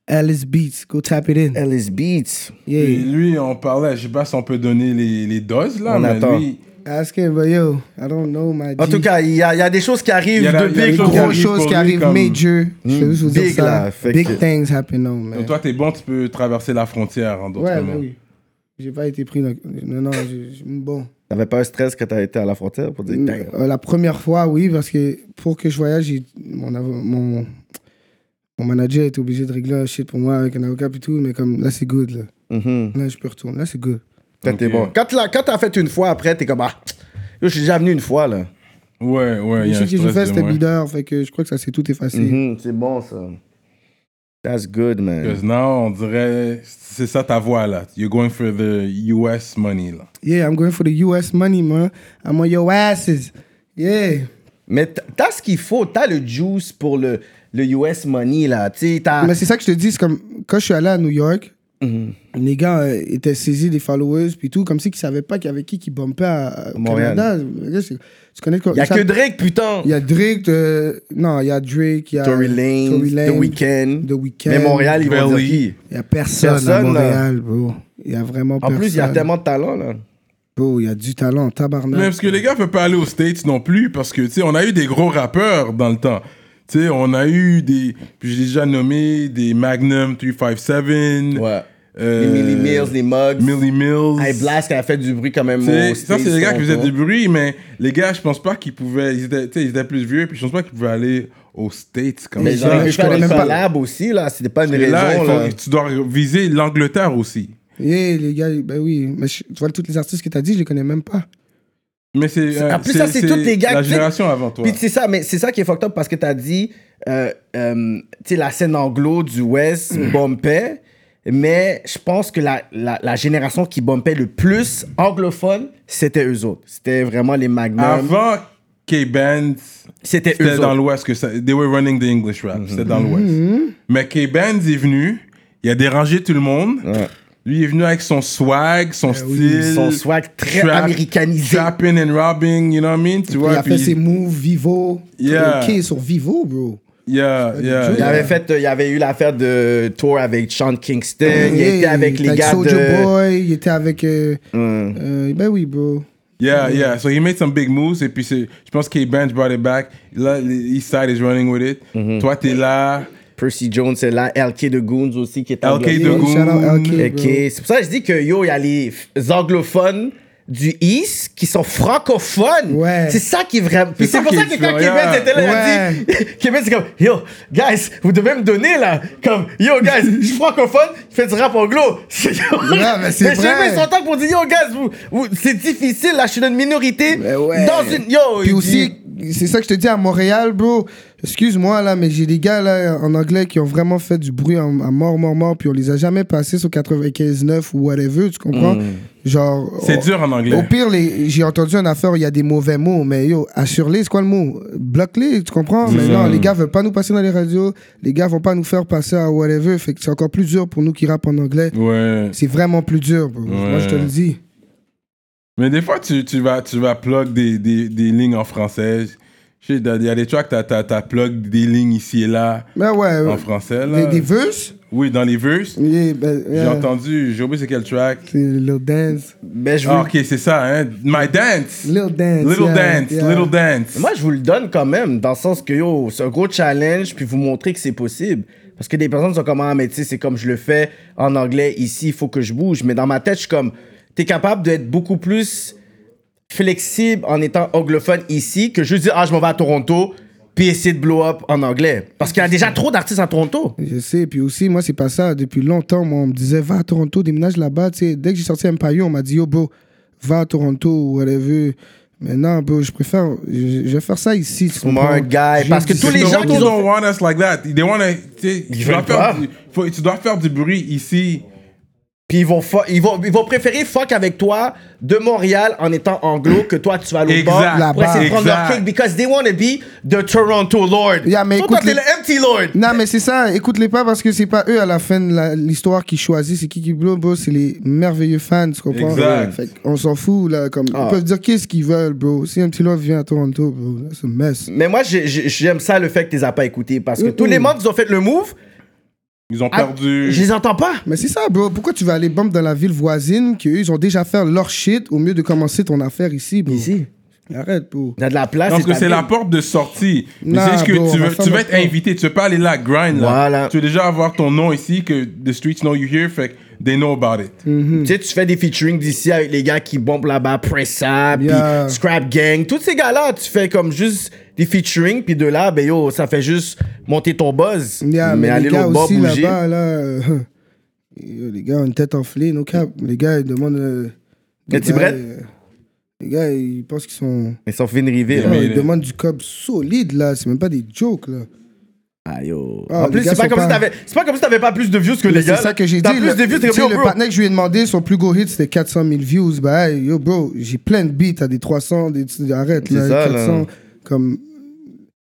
E: Alice Beats, go tap it in.
D: Alice Beats.
C: Et
E: Yeah.
C: lui, on parlait, je sais pas si on peut donner les, les doses là,
D: On
C: mais
D: attend.
C: lui,
E: Ask him, but yo, I don't know my
D: En
E: G.
D: tout cas, il y, a il y a des choses qui arrivent
C: Il y a- il y a
D: depuis
C: des
D: que
C: choses qui
E: gros
C: arrivent
E: choses
C: pour
E: qui
C: lui
E: arrivent
C: comme-
E: major. Je vais vous dire
D: big,
E: ça.
D: là, fait
E: big
D: que-
E: things happen now, man.
C: donc toi, t'es bon, tu peux traverser la frontière en d'autres
E: ouais,
C: mots.
E: mais oui. J'ai pas été pris. dans- Non, non, je- je- bon.
D: T'avais pas un stress quand t'as été à la frontière pour dire Damn.
E: Euh, la première fois, oui, parce que pour que je voyage, j'ai- mon, av- mon, mon manager était obligé de régler un shit pour moi avec un avocat et tout, mais comme là, c'est good. Là,
D: Mhm.
E: là je peux retourner. Là, c'est good.
D: Quand t'es
C: Ok.
D: bon. Quand tu l'as- quand t'as fait une fois après, t'es comme ah, yo, je suis déjà venu une fois là.
C: Ouais, ouais, il
E: Le
C: y a un
E: shit que j'ai
C: stress
E: fait,
C: de
E: c'était
C: moins.
E: bideur, fait que je crois que ça s'est tout effacé.
D: Mhm, C'est bon ça. That's good man.
C: Because now, on dirait, c'est ça ta voix là. You're going for the US money là.
E: Yeah, I'm going for the US money, man. I'm on your asses. Yeah.
D: Mais t- t'as ce qu'il faut, t'as le juice pour le le US money là, tu sais, t'as. Ah.
E: Mais c'est ça que je te dis, c'est comme quand je suis allé à New York,
D: Mhm.
E: les gars euh, étaient saisis des followers, puis tout, comme si qu'ils savaient pas qu'il y avait qui qui bumpait à, à- au
D: Montréal.
E: Canada. Le gars, c'est- Tu connais quoi
D: Il y a
E: ça-
D: que Drake, putain.
E: Il y a Drake, euh, non, il y a Drake, il y a
D: Tory Lanez,
E: Tory Lanez,
D: The Weeknd. Ben
E: The Weeknd.
D: Mais Montréal, ils vont
C: Belly.
D: dire qui
E: Il y a personne, à
D: Personne, là.
E: Montréal, bro. Il y a vraiment
D: En
E: personne.
D: plus, il y a tellement de talent, là.
E: Bro, il y a du talent, tabarnak.
C: Mais parce que les gars peuvent pas aller aux States non plus, parce que, tu sais, on a eu des gros rappeurs dans le temps. Tu sais, on a eu des. Puis j'ai déjà nommé des Magnum 357.
D: Ouais.
C: euh,
D: Les Millie Mills, les Mugs.
C: Millie Mills.
D: Hey, Blast qui a fait du bruit quand même.
C: Tu sais,
D: au
C: ça, c'est
D: States,
C: les gars qui faisaient
D: Toronto.
C: du bruit, mais les gars, je pense pas qu'ils pouvaient. Ils étaient, tu sais, ils étaient plus vieux, puis je pense pas qu'ils pouvaient aller aux States comme
D: Mais
E: Mais
D: ils ont
E: ça,
C: ça.
E: je
D: réussi à
E: connais
D: faire des
E: même pas.
D: collabs aussi, là. C'était pas une
C: Et là,
D: raison,
C: il faut-
D: là.
C: tu dois viser l'Angleterre aussi.
E: Yeah, les gars, ben oui. Mais je- tu vois, tous les artistes que t'as dit, je les connais même pas.
C: Mais c'est.
D: En
C: euh,
D: plus, ça, c'est tous les gars
C: La
D: qui-
C: génération avant toi.
D: Puis c'est ça, mais c'est ça qui est fucked up parce que t'as dit, euh, euh, tu sais, la scène anglo du West bombait, mais je pense que la, la, la génération qui bombait le plus anglophone, c'était eux autres. C'était vraiment les magnums.
C: Avant K-Band,
D: c'était eux
C: c'était dans
D: autres.
C: l'Ouest que ça. They were running the English rap. C'était dans l'Ouest.
D: Mm-hmm.
C: Mais K-Band est venu, il a dérangé tout le monde. Lui, il est venu avec son swag, son style.
D: Ben son swag très américanisé.
C: Trapping and robbing, you know what I mean? Tu vois,
E: il a fait
C: puis-
E: ses moves Vivo.
C: Yeah.
E: Ok, sur Vivo, bro.
C: Yeah,
E: Joe,
C: yeah.
D: Il y
C: yeah.
D: avait fait, euh, il y avait eu l'affaire de tour avec Sean Kingston. Eh, il
E: Yeah,
D: était avec les gars
E: Eh, Soulja
D: de. Mm.
E: Boy, il était avec. euh, euh, ben oui, bro.
C: Yeah, yeah. So he made some big moves. Et puis, c'est- je pense que K-Bench brought it back. Là, le Eastside is running with it.
E: Mm-hmm.
C: Toi, t'es là.
D: Percy Jones est là, LK de Goons aussi qui est
C: LK
D: anglophone.
C: de
E: Yeah,
C: Goons.
E: shout out LK,
D: Ok,
E: bro.
D: c'est pour ça que je dis que yo, il y a les f- anglophones du East qui sont francophones.
E: Ouais.
D: C'est ça qui est vraiment. Puis
C: ça
D: c'est pour
C: qui
D: ça
C: est
D: que quand
C: dur,
D: Québec
C: yeah.
D: était là, il a dit (laughs) Québec, c'est comme yo, guys, vous devez me donner là. Comme yo, guys, je suis francophone, je fais du rap anglo. (laughs)
E: Ouais, mais c'est
D: Mais j'ai
E: vrai.
D: mis son temps pour dire yo, guys, vous, vous- c'est difficile là, je suis dans une minorité.
E: Mais Ben ouais.
D: Dans une.
C: Oh,
D: Yo,
E: Puis
D: il
E: aussi,
D: dit-
E: c'est ça que je te dis à Montréal, bro. Excuse-moi, là, mais j'ai des gars, là, en anglais qui ont vraiment fait du bruit en- à mort, mort, mort, puis on les a jamais passés sur 95.9 ou whatever, tu
C: Mm.
E: comprends? Genre.
C: C'est
E: on-
C: dur en anglais.
E: Au pire, les- j'ai entendu une affaire où il y a des mauvais mots, mais yo, assure-les, c'est quoi le mot Bloque-les, tu comprends Mais non, les gars veulent pas nous passer dans les radios, les gars vont pas nous faire passer à whatever, fait que c'est encore plus dur pour nous qui rappent en anglais.
C: Ouais.
E: C'est vraiment plus dur, bro. Moi, je te le dis.
C: Mais des fois, tu, tu vas, tu vas plug des, des, des lignes en français. Je sais, il y a des tracks, t'as, t'as, t'as plug des lignes ici et là
E: Mais ouais,
C: en français.
E: Euh, des,
C: Là.
E: des verses
C: Oui, dans les verses.
E: Yeah, ben,
C: J'ai
E: yeah.
C: entendu, j'ai oublié c'est quel track.
E: C'est Lil Dance.
D: Ben, je vous-
C: Ah, ok, c'est ça, hein. My Dance.
E: Lil Dance.
C: Little
E: yeah,
C: Dance,
E: yeah.
C: Little Dance.
D: Moi, je vous le donne quand même, dans le sens que yo, c'est un gros challenge, puis vous montrer que c'est possible. Parce que des personnes sont comme, ah, mais tu sais, c'est comme je le fais en anglais, ici, il faut que je bouge. Mais dans ma tête, je suis comme, t'es capable d'être beaucoup plus flexible en étant anglophone ici que juste dire, ah, je m'en vais à Toronto, puis essayer de blow up en anglais. Parce qu'il y a déjà trop d'artistes à Toronto.
E: Je sais, puis aussi, moi, c'est pas ça. Depuis longtemps, moi, on me disait, va à Toronto, déménage là-bas. Tu sais, dès que j'ai sorti Empire, on m'a dit, yo, bro, va à Toronto ou whatever. Mais non, bro, je préfère, je, je vais faire ça ici. tu
D: Smart
E: comprends?
D: guy,
E: J'ai
D: parce que
E: dit-
D: tous les gens
C: Toronto
D: qui ont-
C: don't want us like that. They want tu
D: Ils
C: dois
D: veulent pas.
C: faire, du- faut- tu dois faire du bruit ici.
D: Puis ils vont, fu- ils, vont, ils vont préférer fuck avec toi de Montréal en étant anglo que toi tu vas à l'autre
C: Exact.
D: bord
E: Là-bas.
D: pour essayer de prendre leur
C: Exact.
D: cake because they want to be the Toronto Lord.
E: Yeah, mais
D: Toi, toi,
E: écoute,
D: t'es
E: les-
D: le empty Lord.
E: Non, mais c'est ça, écoute-les pas parce que c'est pas eux à la fin de la- l'histoire qui choisissent, c'est qui qui blow, bro, c'est les merveilleux fans, tu comprends?
C: Exact.
E: on s'en fout, là, comme,
D: Ah.
E: ils peuvent dire qu'est-ce qu'ils veulent, bro. Si un petit love vient à Toronto, bro, là, c'est mess.
D: Mais moi, j'ai- j'ai- j'aime ça le fait que tu les as pas écoutés parce que
E: Mm-mm.
D: tous les membres qui ont fait le move,
C: Ils ont
D: ah,
C: perdu.
D: je les entends pas.
E: Mais c'est ça, bro. Pourquoi tu vas aller bump dans la ville voisine qu'eux, ils ont déjà fait leur shit au mieux de commencer ton affaire ici, bro?
D: Ici,
E: Arrête, bro.
D: t'as de la place.
C: Parce que
D: ta
C: c'est
D: ville.
C: la porte de sortie. Mais
E: Nah,
C: c'est juste que
E: bro, on
C: tu
E: va
C: veux,
E: faire
C: tu veux
E: notre
C: être
E: plan.
C: invité, tu veux pas aller là grind là.
D: Voilà.
C: Tu veux déjà avoir ton nom ici que the streets know you here, fait que they know about it.
D: Mm-hmm. Tu sais, tu fais des featuring d'ici avec les gars qui bombent là-bas, Pressa, puis
E: Yeah.
D: Scrap Gang. Tous ces gars-là, tu fais comme juste des featuring, puis de là, ben yo, ça fait juste monter ton buzz.
E: Yeah, mais, les gars
D: l'autre bord
E: aussi là-bas, là, (laughs) euh, yo, les gars ont une tête enflée, no cap. Les gars, ils demandent. euh, des
D: Les petits
E: gars,
D: brettes?
E: euh, Les gars, ils pensent qu'ils sont.
D: Ils sont fait une rivée.
C: Yeah,
D: là.
C: mais-
E: ils demandent du cob solide, là. C'est même pas des jokes, là.
D: Ah, yo.
E: Ah,
D: en plus,
E: les gars
D: c'est pas,
E: sont
D: comme
E: pas-
D: si t'avais- c'est pas comme si t'avais pas plus de views que
E: Mais
D: les gars.
E: C'est ça que j'ai dit.
D: T'as plus
E: le-
D: de views, t'es
E: tu sais,
D: comme
E: le
D: yo, bro.
E: partner que je lui ai demandé, son plus gros hit, c'était 400 000 views. Bah, hey, yo, bro, j'ai plein de beats à des 300, des, arrête,
D: C'est
E: là,
D: ça, là.
E: 400. Comme,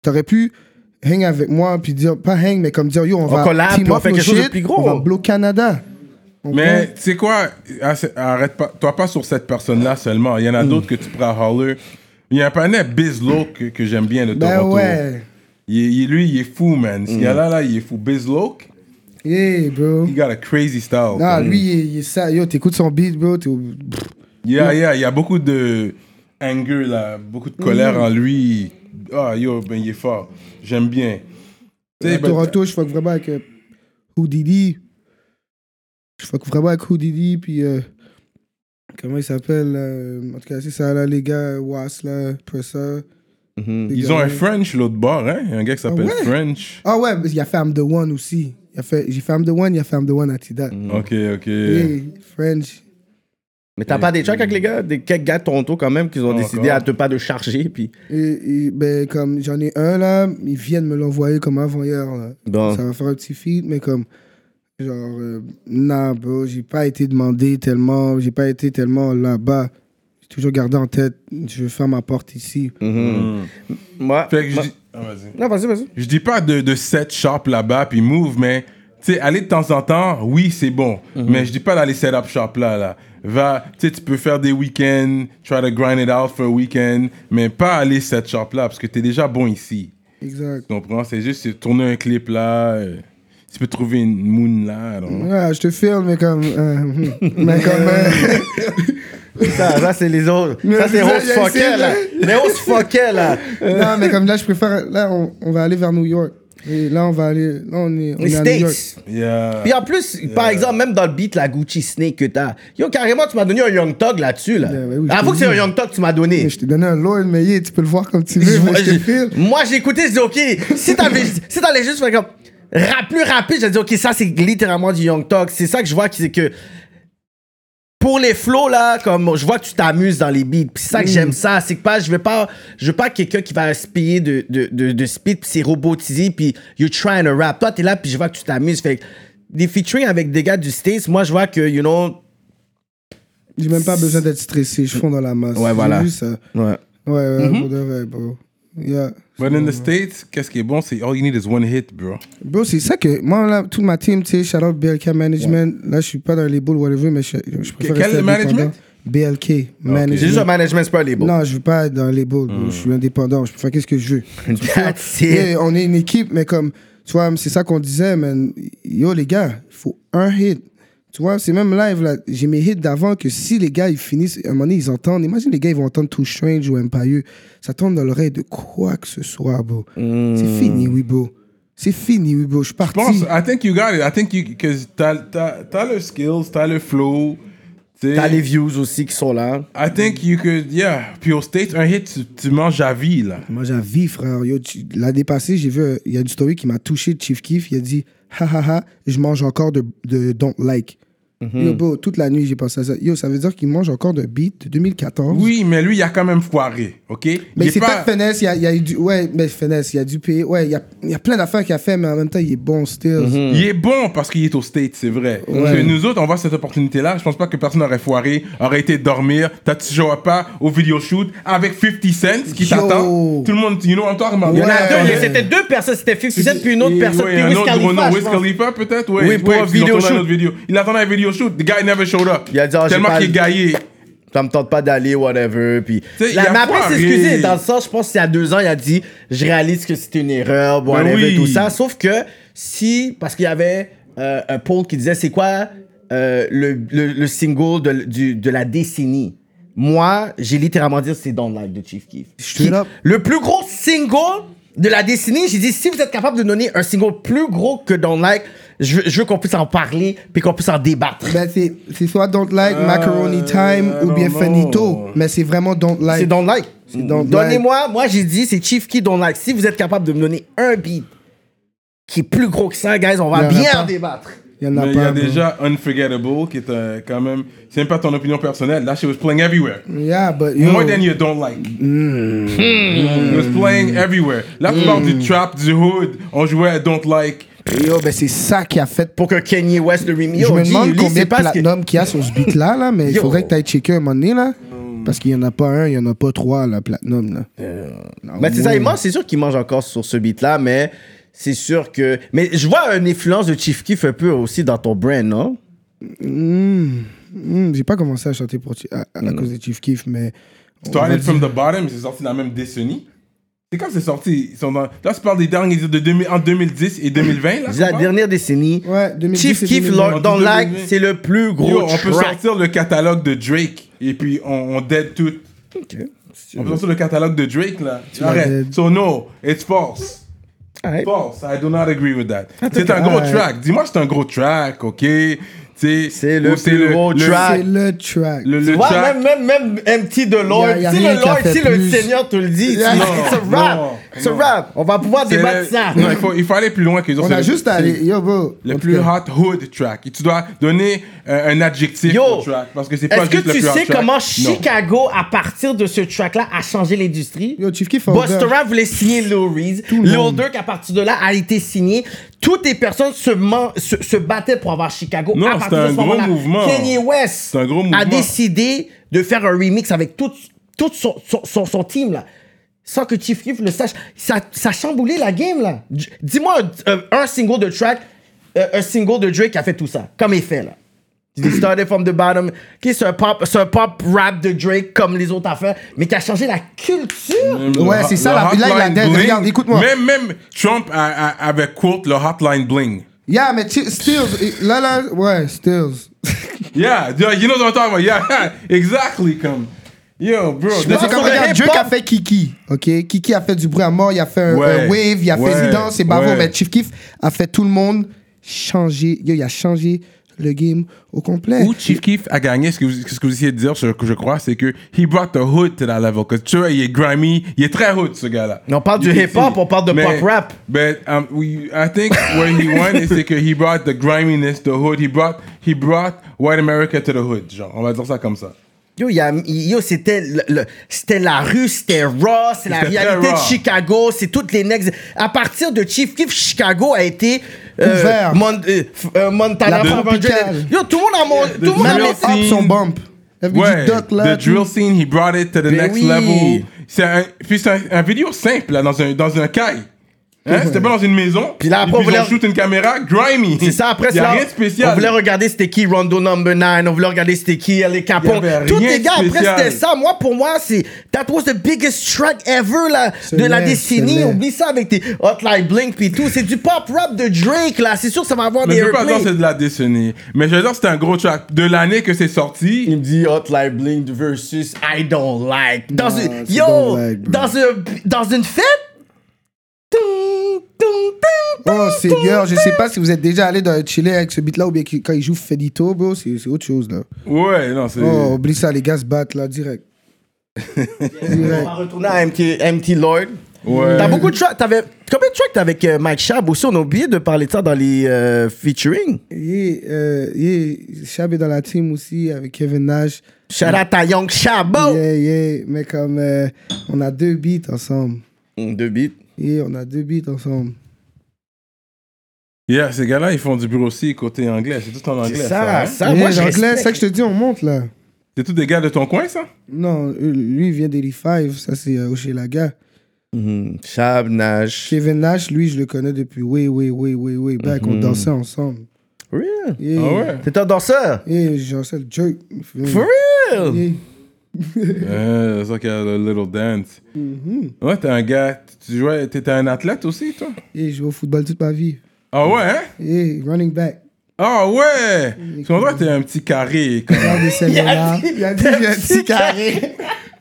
E: t'aurais pu hang avec moi, puis dire, pas hang, mais comme dire, yo, on, va
D: collab,
E: team
D: puis on
E: up
D: fait
E: nos
D: quelque chose de
E: shit,
D: plus gros.
E: On va blow Canada. On
C: Mais tu sais quoi, asse- arrête pas, toi pas sur cette personne-là seulement. Il y en a d'autres que tu pourras holler. Il y a un panel Bizlo que, que j'aime bien de
E: prend- Ben
C: Toronto.
E: ouais.
C: Il- il- lui, il est fou, man. Ce gars-là, là, il est fou. Bizlo,
E: Yeah, bro.
C: il got a crazy style.
E: Non, lui, il est- il est ça. Yo, t'écoutes son beat, bro. t'es au- Pff,
C: Yeah, yeah, il y a beaucoup de anger, là, beaucoup de colère
E: Mhm.
C: en lui. Ah, yo, ben, il est fort. J'aime bien. Tu sais,
E: à
C: ben,
E: Toronto, je fuck vraiment avec euh, Houdini. Je fuck vraiment avec Houdini, puis... euh, Comment il s'appelle euh, En tout cas, c'est ça, là, les gars, Was, là, Presser.
D: Mhm.
E: les
C: ils
E: gars,
C: ont un
E: là.
C: French, l'autre bord, hein. Il y a un gars qui s'appelle
E: ouais?
C: French.
E: Ah ouais, mais il y a Femme de One aussi. Il y a fait- J'ai Femme de One, il y a Femme de One à Tida.
C: Ok, ok.
E: Hey, French.
D: Mais t'as pas des tracks avec les gars, des quelques gars de Toronto quand même, qui
E: Ah,
D: ont décidé
C: Encore.
D: à te pas de charger, puis.
E: Et, et, ben, comme j'en ai un là, ils viennent me l'envoyer comme avant-hier. là.
D: Bon.
E: Ça va faire un petit feed, mais comme. Genre, euh, nah, bro, j'ai pas été demandé tellement, j'ai pas été tellement là-bas. J'ai toujours gardé en tête, je vais faire ma porte ici.
D: Mm. Moi.
C: Fait que je
D: moi-
C: dis- Ah, vas-y.
D: Non, vas-y, vas-y.
C: Je dis pas de, de set shop là-bas puis move, mais tu sais, aller de temps en temps, oui, c'est bon.
E: Mhm.
C: Mais je dis pas d'aller set up shop là, là. Va, tu sais, tu peux faire des week-ends, try to grind it out for a weekend, mais pas aller set shop là parce que t'es déjà bon ici.
E: Exact.
C: Tu comprends? C'est juste c'est tourner un clip là, euh, tu peux trouver une moon là. I don't know.
E: Ouais, je te filme, mais comme. euh, (laughs) hum, mais comme. euh,
D: Ça, ça, c'est les
E: (laughs)
D: autres.
E: Mais
D: Ça, c'est
E: c'est ça,
D: Rose
E: j'ai essayé,
D: Foquet, là. Les Rose Foquet, là.
E: euh,
D: (laughs)
E: non, mais comme là, je préfère. Là, on, on va aller vers New York. Et là, on va aller. Là, on est, on
D: Les
E: est à New York.
D: States.
C: Yeah.
D: Puis en plus, par exemple, même dans le beat, la Gucci Snake que t'as. Yo, carrément, tu m'as donné un Young Tog là-dessus, là.
E: Ouais, ouais, Ben oui, je
D: Avoue
E: te
D: que c'est
E: dis.
D: un Young Tog que tu m'as donné.
E: Mais je t'ai donné un Lord, mais yeah, tu peux le voir comme
D: (laughs)
E: tu
D: Je
E: veux, mais
D: vois-
E: je te
D: j'ai-
E: filme.
D: moi, j'ai écouté, j'ai dit, OK, si (laughs) t'avais, si t'allais juste faire comme rap plus rapide, j'ai dit, OK, ça, c'est littéralement du Young Talk. C'est ça que je vois, qui- c'est que pour les flows, là, comme je vois que tu t'amuses dans les beats. Puis c'est ça que j'aime ça. C'est que pas, je veux pas, je veux pas quelqu'un qui va se payer de, de, de, de speed, puis c'est robotisé, puis you're trying to rap. Toi, t'es là, puis je vois que tu t'amuses. Fait que des featuring avec des gars du States, moi, je vois que, you know.
E: J'ai même pas besoin d'être stressé, je fonds dans la masse.
D: Ouais,
E: J'ai
D: voilà. Mm-hmm.
E: vu ça.
D: Ouais.
E: Ouais, ouais, pour de vrai, bro. Yeah.
C: But in the States, qu'est-ce qui est bon, c'est all you need is one hit, bro.
E: Bro, c'est ça que moi, là, toute ma team, tu sais, shout out BLK Management. Là, je suis pas dans les bulles, whatever, mais je, je préfère.
C: Quel
E: rester
C: management? Ah,
E: indépendant. BLK Management.
D: J'ai juste un management, c'est pas les
E: Non, je veux pas être dans les bulles, bro.
C: Hmm.
E: Je suis indépendant, je peux faire qu'est-ce que je veux.
D: (laughs) That's
E: Yeah,
D: it.
E: on est une équipe, mais comme, tu vois, c'est ça qu'on disait, man. Yo, les gars, il faut un hit. Tu vois, c'est même live, là. J'ai mes hits d'avant que si les gars, ils finissent, à un moment donné, ils entendent. Imagine, les gars, ils vont entendre Too Strange ou Empire. Ça tombe dans l'oreille de quoi que ce soit, bro. C'est fini, oui, bro. C'est fini, oui, bro. Je suis
C: Hmm. Je pense,
E: parti.
C: I think you got it. I think you, cause t'as, t'as, t'as le skills, t'as le flow. tu sais.
D: T'as les views aussi qui sont là.
C: I think you could, yeah. Puis au States, un hit, tu, tu manges à vie, là.
E: Moi, j'ai envie, frère. Yo, tu- l'année passée, j'ai vu, euh, il y a une story qui m'a touché de Chief Keef. Il a dit, ha ha ha, je mange encore de, de Don't Like.
C: Mhm.
E: Yo, bro, toute la nuit, j'ai pensé à ça. Yo, ça veut dire qu'il mange encore de beat de 2014.
C: Oui, mais lui, il a quand même foiré, OK?
E: Mais
C: Il est
E: c'est
C: pas-
E: pas finesse, il y a, il y a eu du. Ouais, mais finesse, il y a du pays. Ouais, il y a, il y a plein d'affaires qu'il a fait, mais en même temps, il est bon, still.
D: Hmm.
C: Il est bon parce qu'il est au States, c'est vrai. Parce que nous autres, on voit cette opportunité-là. Je pense pas que personne aurait foiré, aurait été dormir. T'as tu joues pas au video shoot avec 50 Cent qui
E: Yo.
C: t'attend. Tout le monde, you know, en toi,
D: Il y en a
E: Ouais.
D: deux, il y a-
E: Ouais.
D: c'était deux personnes, c'était 50 Cent puis une autre
C: Et-
D: personne,
C: ouais,
D: puis
C: un
D: Wiz
C: autre gros nom,
D: Khalifa, je
C: Wiz
D: pense.
C: Khalipa, peut-être, ouais.
D: Oui, pour
C: Ouais,
D: un
C: puis ils ont
D: video
C: tourné un
D: shoot.
C: autre vidéo. Il a tourné un video shoot. The guy never showed up.
D: Il a dit, Ah, j'ai
C: Tellement
D: pas-
C: qu'il est gaillé.
D: Ça me tente pas d'aller, whatever. Puis,
C: Tu sais, il
D: La-
C: y a
D: mais après,
C: foiré.
D: c'est excusé. Dans le sens, je pense qu'il y a deux ans, il a dit Je réalise que c'était une erreur, whatever,
C: Ben oui.
D: tout ça. Sauf que si, parce qu'il y avait euh, un poll qui disait C'est quoi euh, le, le, le single de, du- de la décennie Moi, j'ai littéralement dit C'est Don't Like de Chief Keef.
E: Straight
D: Qui-
E: up.
D: Le plus gros single de la décennie, j'ai dit Si vous êtes capable de donner un single plus gros que Don't Like, je veux, je veux qu'on puisse en parler puis qu'on puisse en débattre.
E: Ben, c'est c'est soit Don't Like, Macaroni Time,
C: Euh, I
E: ou bien
C: don't
E: Finito.
C: know.
E: Mais c'est vraiment Don't Like.
D: C'est Don't Like.
E: Don't
D: Donnez-moi, moi j'ai dit c'est Chief qui Don't Like. Si vous êtes capable de me donner un beat qui est plus gros que ça, guys, on
E: Il y
D: va
E: en a
D: bien
E: pas.
D: en débattre.
E: Il y en a
C: Mais il y
E: pas.
C: a
E: bro.
C: déjà Unforgettable qui est euh, quand même. C'est même pas ton opinion personnelle. That shit was playing everywhere.
E: Yeah, but yo. Hmm.
C: More than you don't like. Hmm. It was playing everywhere. Là, tu parles du trap, du hood. On jouait à Don't Like.
E: Yo, ben c'est ça qu'il a fait.
D: Pour que Kanye West le remix.
E: je me demande combien de
D: parce que
E: platinum qu'il y a sur ce beat-là, là, mais il
D: Yo. Mm.
E: faudrait que tu ailles checker un moment donné, là. Parce qu'il y en a pas un, il y en a pas trois, là, platinum, là.
D: Euh, Mais c'est ça,
E: Ouais.
D: il mange, c'est sûr qu'il mange encore sur ce beat-là, mais c'est sûr que. Mais je vois une influence de Chief Keef un peu aussi dans ton brand, non?
E: Hmm, hmm, j'ai pas commencé à chanter pour, à, à
D: Mm.
E: la cause de Chief Keef, mais. on va
C: Started
E: dire-
C: from the bottom, c'est sorti dans la même décennie. C'est quand c'est sorti ils sont dans- Là, tu parles des derniers de 2000 en 2010 et 2020. Là,
D: C'est
C: tu
D: la
C: parles?
D: dernière décennie.
E: Ouais, 2010
D: Chief
E: et
D: Keef
E: 2020.
D: Lord Don't Like,
C: Yo,
D: c'est le plus gros
C: Yo, on
D: track.
C: peut sortir le catalogue de Drake et puis on, on dead tout.
D: Ok.
C: On peut sortir le catalogue de Drake là.
E: l'as
C: Arrête.
E: dead.
C: So no, it's false.
D: Alright. Ah,
C: False. I do not agree with that. C'est un gros
E: ouais.
C: track. Dis-moi, c'est un gros track, ok? C'est
D: C'est le plus gros track.
E: C'est le track.
C: Le, le
D: Tu vois,
C: track.
D: même, même, même MT de Lord,
E: Y a- y a
D: si
E: rien
D: le
E: qui a
D: Lord,
E: fait
D: si le
E: plus.
D: Seigneur te le dit,
E: Non,
D: c'est
C: non,
D: rap, c'est
C: non.
D: rap. On va pouvoir
C: c'est
D: débattre
C: le-
D: ça.
C: Non, il, faut, il faut aller plus loin que les autres.
E: On a
C: C'est le-
E: juste à aller. Yo, bro.
C: Le
E: en
C: plus
E: tout cas,
C: hot hood track. Et tu dois donner euh, un adjectif
D: Yo,
C: au track. Parce que c'est pas
D: Est-ce que
C: juste le
D: tu
C: plus hot
D: sais
C: track.
D: comment
C: Non.
D: Chicago, à partir de ce track-là, a changé l'industrie?
E: Yo, Chief Keef oh, a
D: Busta
E: ouvert.
D: Rap voulait signer Lil Reed.
E: le
D: Lil
E: monde.
D: Durk, à partir de là, a été signé. Toutes les personnes se, man- se, se battaient pour avoir Chicago.
C: Non,
D: à partir
C: c'était
D: de ce
C: un gros
D: moment-là,
C: mouvement.
D: Kanye West
C: C'est un gros mouvement.
D: a décidé de faire un remix avec tout, tout son, son, son- son team, là. Sans que Chief Keef le sache. Ça, ça a chamboulé la game, là. J- Dis-moi un, un- un single de track, euh, un single de Drake qui a fait tout ça, comme il fait, là. They started from the bottom. Ok, c'est un pop, c'est un pop rap de Drake comme les autres affaires, mais qui a changé la culture.
C: Le
F: Ouais,
C: hot-
F: c'est ça,
C: le
F: la- là, il a
C: hotline
F: dead.
C: bling.
F: Regarde, écoute-moi.
C: Même, même Trump a- a- avait quote le hotline bling.
F: Yeah, mais tu- Stills, et- là, là,
E: Ouais, Stills. (laughs)
C: Yeah, yeah, you know what I'm talking about. Yeah, (laughs) exactly. Comme. Yo, bro.
F: Mais c'est
C: that's-
F: comme,
D: sur le
F: regarde, Drake
D: hip-hop-
F: a fait Kiki, ok? Kiki a fait du bruit à mort, il a fait un,
C: Ouais,
F: un wave, il a
C: ouais,
F: fait Zidane, c'est bavon,
C: ouais.
F: mais Chief Keef a fait tout le monde changer. Yo, il a changé le game au complet.
C: Où Chief Keef a gagné, ce que vous, ce que vous essayez de dire, je, je crois, c'est que he brought the hood to that level. Parce que tu vois, il est grimy, il est très hood, ce gars-là.
D: Mais on parle du
C: Il-
D: hip-hop, on parle de
C: mais-
D: pop rap.
C: But um, we, I think where he won, c'est que he brought the griminess, the hood, he brought, he brought white America to the hood. Genre, on va dire ça comme ça.
D: Yo, il y a- yo, c'était le- le- c'était la rue, c'était raw, c'est la
C: C'était très
D: réalité de
C: raw.
D: Chicago, c'est toutes les next. À partir de Chief Keef, Chicago a été euh,
F: Ouvert.
D: Mon- euh, f- euh, Montana
F: La
D: 500.
F: tropicale.
D: Yo, tout le monde a mon,
C: The
D: tout le monde a
F: Même
C: drill
F: les
D: mis-
F: ups sont bump. FBG
C: Ouais,
F: Duck, là,
C: the
F: tout.
C: drill scene, he brought it to the
D: Ben
C: next
D: oui.
C: level. C'est un, puis c'est un, un vidéo simple, là, dans un, dans un caille. Hein, c'était pas dans une maison.
D: Puis là, après,
C: Et
D: on voulait-
C: ils ont shoot une caméra, grimy.
D: C'est ça, après
C: Y a
D: ça.
C: rien de spécial.
D: On voulait regarder c'était qui Rondo Number 9, on voulait regarder c'était qui les Capone.
C: Il y avait
D: Tous
C: rien
D: les
C: de
D: gars, après
C: spécial.
D: c'était ça. Moi, pour moi, c'est. That was the biggest track ever là, de la
F: laid,
D: décennie.
F: c'est laid.
D: Oublie ça avec tes Hotline Blink pis tout. C'est du pop rap de Drake là. C'est sûr que ça va avoir
C: Mais
D: des
C: je veux pas dire que
D: replays.
C: c'est de la décennie. Mais je veux dire que c'était un gros track. De l'année que c'est sorti,
D: Il me dit Hotline Blink versus I Don't Like. Dans une,
E: tu
D: yo,
E: don't like, bro.
D: dans, un, dans une fête. Tung, tung, tung, tung.
F: Oh, Seigneur, je sais pas si vous êtes déjà allé dans, chiller avec ce beat-là ou bien qu'il- quand il joue Fedito, bro, c'est c'est autre chose, là.
C: ouais, non, c'est.
F: Oh, oublie ça, les gars se battent, là, direct.
D: On va retourner à MT, MT Lord.
C: Ouais.
D: T'as beaucoup de tracks. T'avais combien de tracks t'as avec euh, Mike Shab aussi On a oublié de parler de ça dans les euh, featuring.
F: Yeah, euh,
E: Yeah, Chab est dans la team aussi avec Kevin Nash.
D: Shout out à Young Shabo.
E: Yeah, yeah. Mais comme euh, on a deux beats ensemble.
D: Mm, Deux beats.
E: Yeah, on a deux beats ensemble.
C: Yeah, ces gars-là, ils font du bureau aussi côté anglais. C'est tout en anglais.
D: C'est
C: Ça,
D: ça,
C: hein?
D: ça.
F: yeah,
D: Moi, je
F: l'anglais,
D: respecte.
F: c'est ça que je te dis, on monte, là.
C: C'est tous des gars de ton coin, ça?
E: Non, eux, lui, il vient d'Eli 5. Ça, c'est euh, Hochelaga.
D: Mhm. Shab, Nash.
E: Kevin Nash, lui, je le connais depuis way, way, way, way, way back.
C: Mhm.
E: On dansait ensemble.
D: Real.
E: Yeah.
C: Ah
D: (laughs)
C: ouais?
D: T'es un danseur.
E: Yeah, j'en le jerk.
D: For real.
E: Yeah.
C: Euh, c'est ça qu'il y a le little dance.
D: Mm-hmm.
C: Ouais, t'es un gars. Tu jouais. T'étais un athlète aussi, toi?
E: Yeah, je joue au football toute ma vie.
C: Ah ouais, hein?
E: Yeah, running
D: (laughs)
E: back.
C: Ah ouais! Parce qu'on dirait que t'es un petit carré.
E: (laughs)
C: Comme...
E: Garde des cellulaires. Il a dit, j'ai (laughs)
D: (laughs)
E: un petit
D: carré.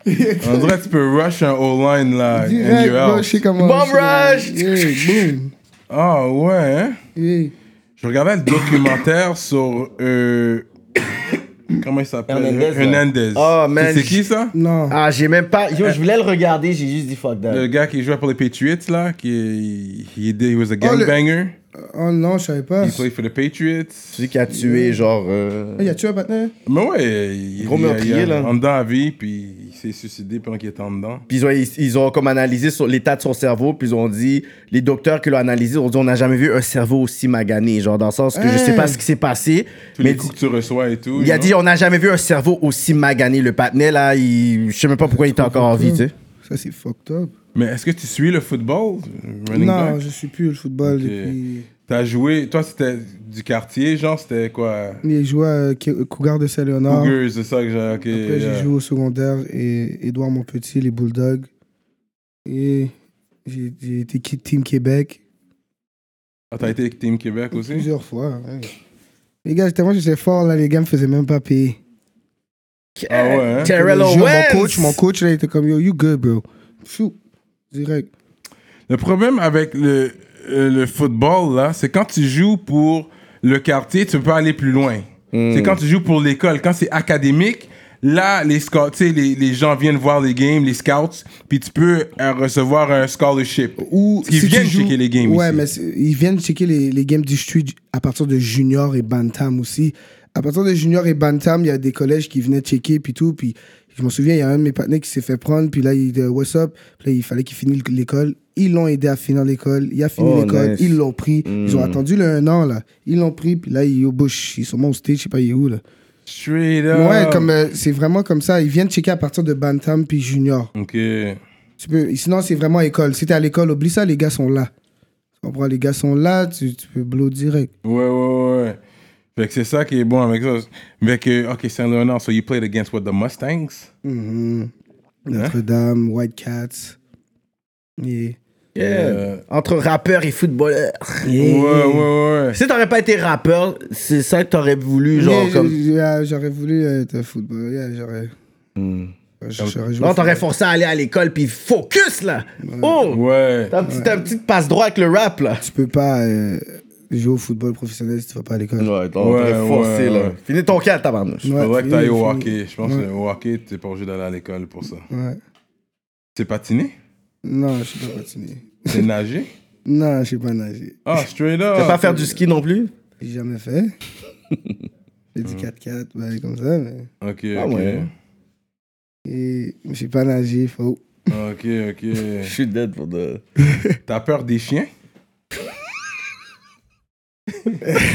C: On dirait que tu peux rush un O-line là. and
E: Direct,
C: you're
E: bro,
C: out.
E: je sais comment.
D: Bomb
E: je suis là.
D: rush.
E: Yeah, boom.
C: Ah ouais, hein?
E: Yeah.
C: Je regardais le documentaire (coughs) sur. Euh... Comment il s'appelle?
D: Hernandez, là.
C: Hernandez.
D: Oh, man.
C: C'est qui ça?
E: Non.
D: Ah, j'ai même pas. Yo, je voulais le regarder, j'ai juste dit fuck that.
C: Le gars qui jouait pour les Patriots là, qui he, he did- he was a
E: le-
C: gangbanger.
E: Oh non, je savais pas.
C: He played for the Patriots.
D: Celui qui a tué, genre. euh,
E: Ah, y a tué un partenaire?
C: Mais ouais, il
D: Gros
C: il-
D: meurtrier,
C: il-
D: là.
C: En dedans à vie, puis il s'est suicidé pendant qu'il était en dedans.
D: Puis ils ont, ils- ils ont comme analysé sur l'état de son cerveau, puis ils ont dit, les docteurs qui l'ont analysé ont dit, on n'a jamais vu un cerveau aussi magané, genre dans le sens que je sais pas ce qui s'est passé,
C: Tous
D: mais
C: les coups hein. que tu reçois et tout.
D: il a
C: you
D: dit,
C: know.
D: on n'a jamais vu un cerveau aussi magané, le patinet là, il, je sais même pas pourquoi il était encore en vie, tu sais.
E: Ça, c'est fucked up.
C: Mais est-ce que tu suis le football? Running
E: non,
C: back?
E: je suis plus le football
C: Ok.
E: depuis.
C: T'as joué, toi c'était du quartier, genre, c'était quoi
G: Il jouait à Ki- euh, Cougar de Saint-Léonard. Après,
C: Cougars, c'est ça que j'ai. ok, euh, yeah.
G: j'ai joué au secondaire et Édouard Montpetit, les Bulldogs. Et j'ai j'ai été qui- Team Québec
C: Ah, t'as été Team Québec aussi
G: plusieurs fois. ouais. Les gars, tellement j'étais fort, là, les gars me faisaient même pas payer.
C: Ah ouais, hein?
D: Terrell
E: Le jour,
D: Owens.
E: Mon coach, mon coach, là, il était comme, yo, you good, bro.
G: Pfiou, direct.
C: Le problème avec le, euh, le football, là, c'est quand tu joues pour le quartier, tu peux pas aller plus loin.
D: Mm. Hmm.
C: C'est quand tu joues pour l'école. Quand c'est académique, là, les, scouts, tu sais, les, les gens viennent voir les games, les scouts, puis tu peux euh, recevoir un scholarship.
E: Ou
C: Parce qu'ils
E: si tu
C: viennent
E: joues-
C: checker les games
E: Ouais,
C: ici.
E: mais c'est- ils viennent checker les, les games du street à partir de junior et bantam aussi. À partir de junior et bantam, il y a des collèges qui venaient checker puis tout. Puis je m'en souviens, il y a un de mes partenaires qui s'est fait prendre. Puis là, il était what's up. Puis là, il fallait qu'il finisse l'école. Ils l'ont aidé à finir l'école. Il a fini
D: Oh,
E: l'école.
D: nice.
E: Ils l'ont pris. Ils
C: Hmm.
E: ont attendu le un an là. Ils l'ont pris. Puis là, ils au bush. Ils sont au stage. Je sais pas il est où là.
C: Straight up.
E: Ouais, comme euh, c'est vraiment comme ça. Ils viennent checker à partir de bantam puis junior.
C: Ok.
E: Tu peux- sinon, c'est vraiment école. Si t'es à l'école, oublie ça, les gars sont là. Tu comprends? Les gars sont là, tu, tu peux blow direct.
C: Ouais, ouais, ouais. Fait que c'est ça qui est bon avec ça. Fait que, OK, Saint-Léonard, so you played against what, the Mustangs?
E: Hein? Notre-Dame, White Cats. Yeah.
D: Yeah. Entre rappeur et footballeur.
C: Ouais, ouais, ouais.
D: Si t'aurais pas été rappeur, c'est ça que t'aurais voulu, genre,
E: Yeah,
D: comme...
E: j'ai- j'ai- ah, J'aurais voulu être football. Yeah, j'aurais. J'aurais joué.
D: Non, t'aurais forcé à aller à l'école, puis focus, là! Oh!
C: Ouais.
D: T'as un petit, t'as un petit passe droit avec le rap, là!
E: Tu peux pas euh, jouer au football professionnel si tu vas pas à l'école.
D: Ouais,
C: t'aurais forcé, là.
D: Finis ton cas, tabarnouche.
C: Il faudrait que
E: fini,
C: t'ailles au
E: fini.
C: hockey. Je pense que au hockey, t'es pas obligé d'aller à l'école pour ça.
E: Ouais.
C: C'est patiner?
E: Non, je sais pas patiner.
C: C'est nager?
E: Non, je sais pas nager.
C: Ah,
D: (laughs)
C: straight up.
D: Tu pas faire du ski non plus?
E: J'ai jamais fait. J'ai dit 4-4, ben, comme ça, mais.
C: Ok,
D: Ah
C: ok.
D: ouais.
E: Et E, je sais pas nager, faut.
C: Ok, ok.
D: suis dead
C: (laughs)
D: pour de...
C: T'as peur des chiens?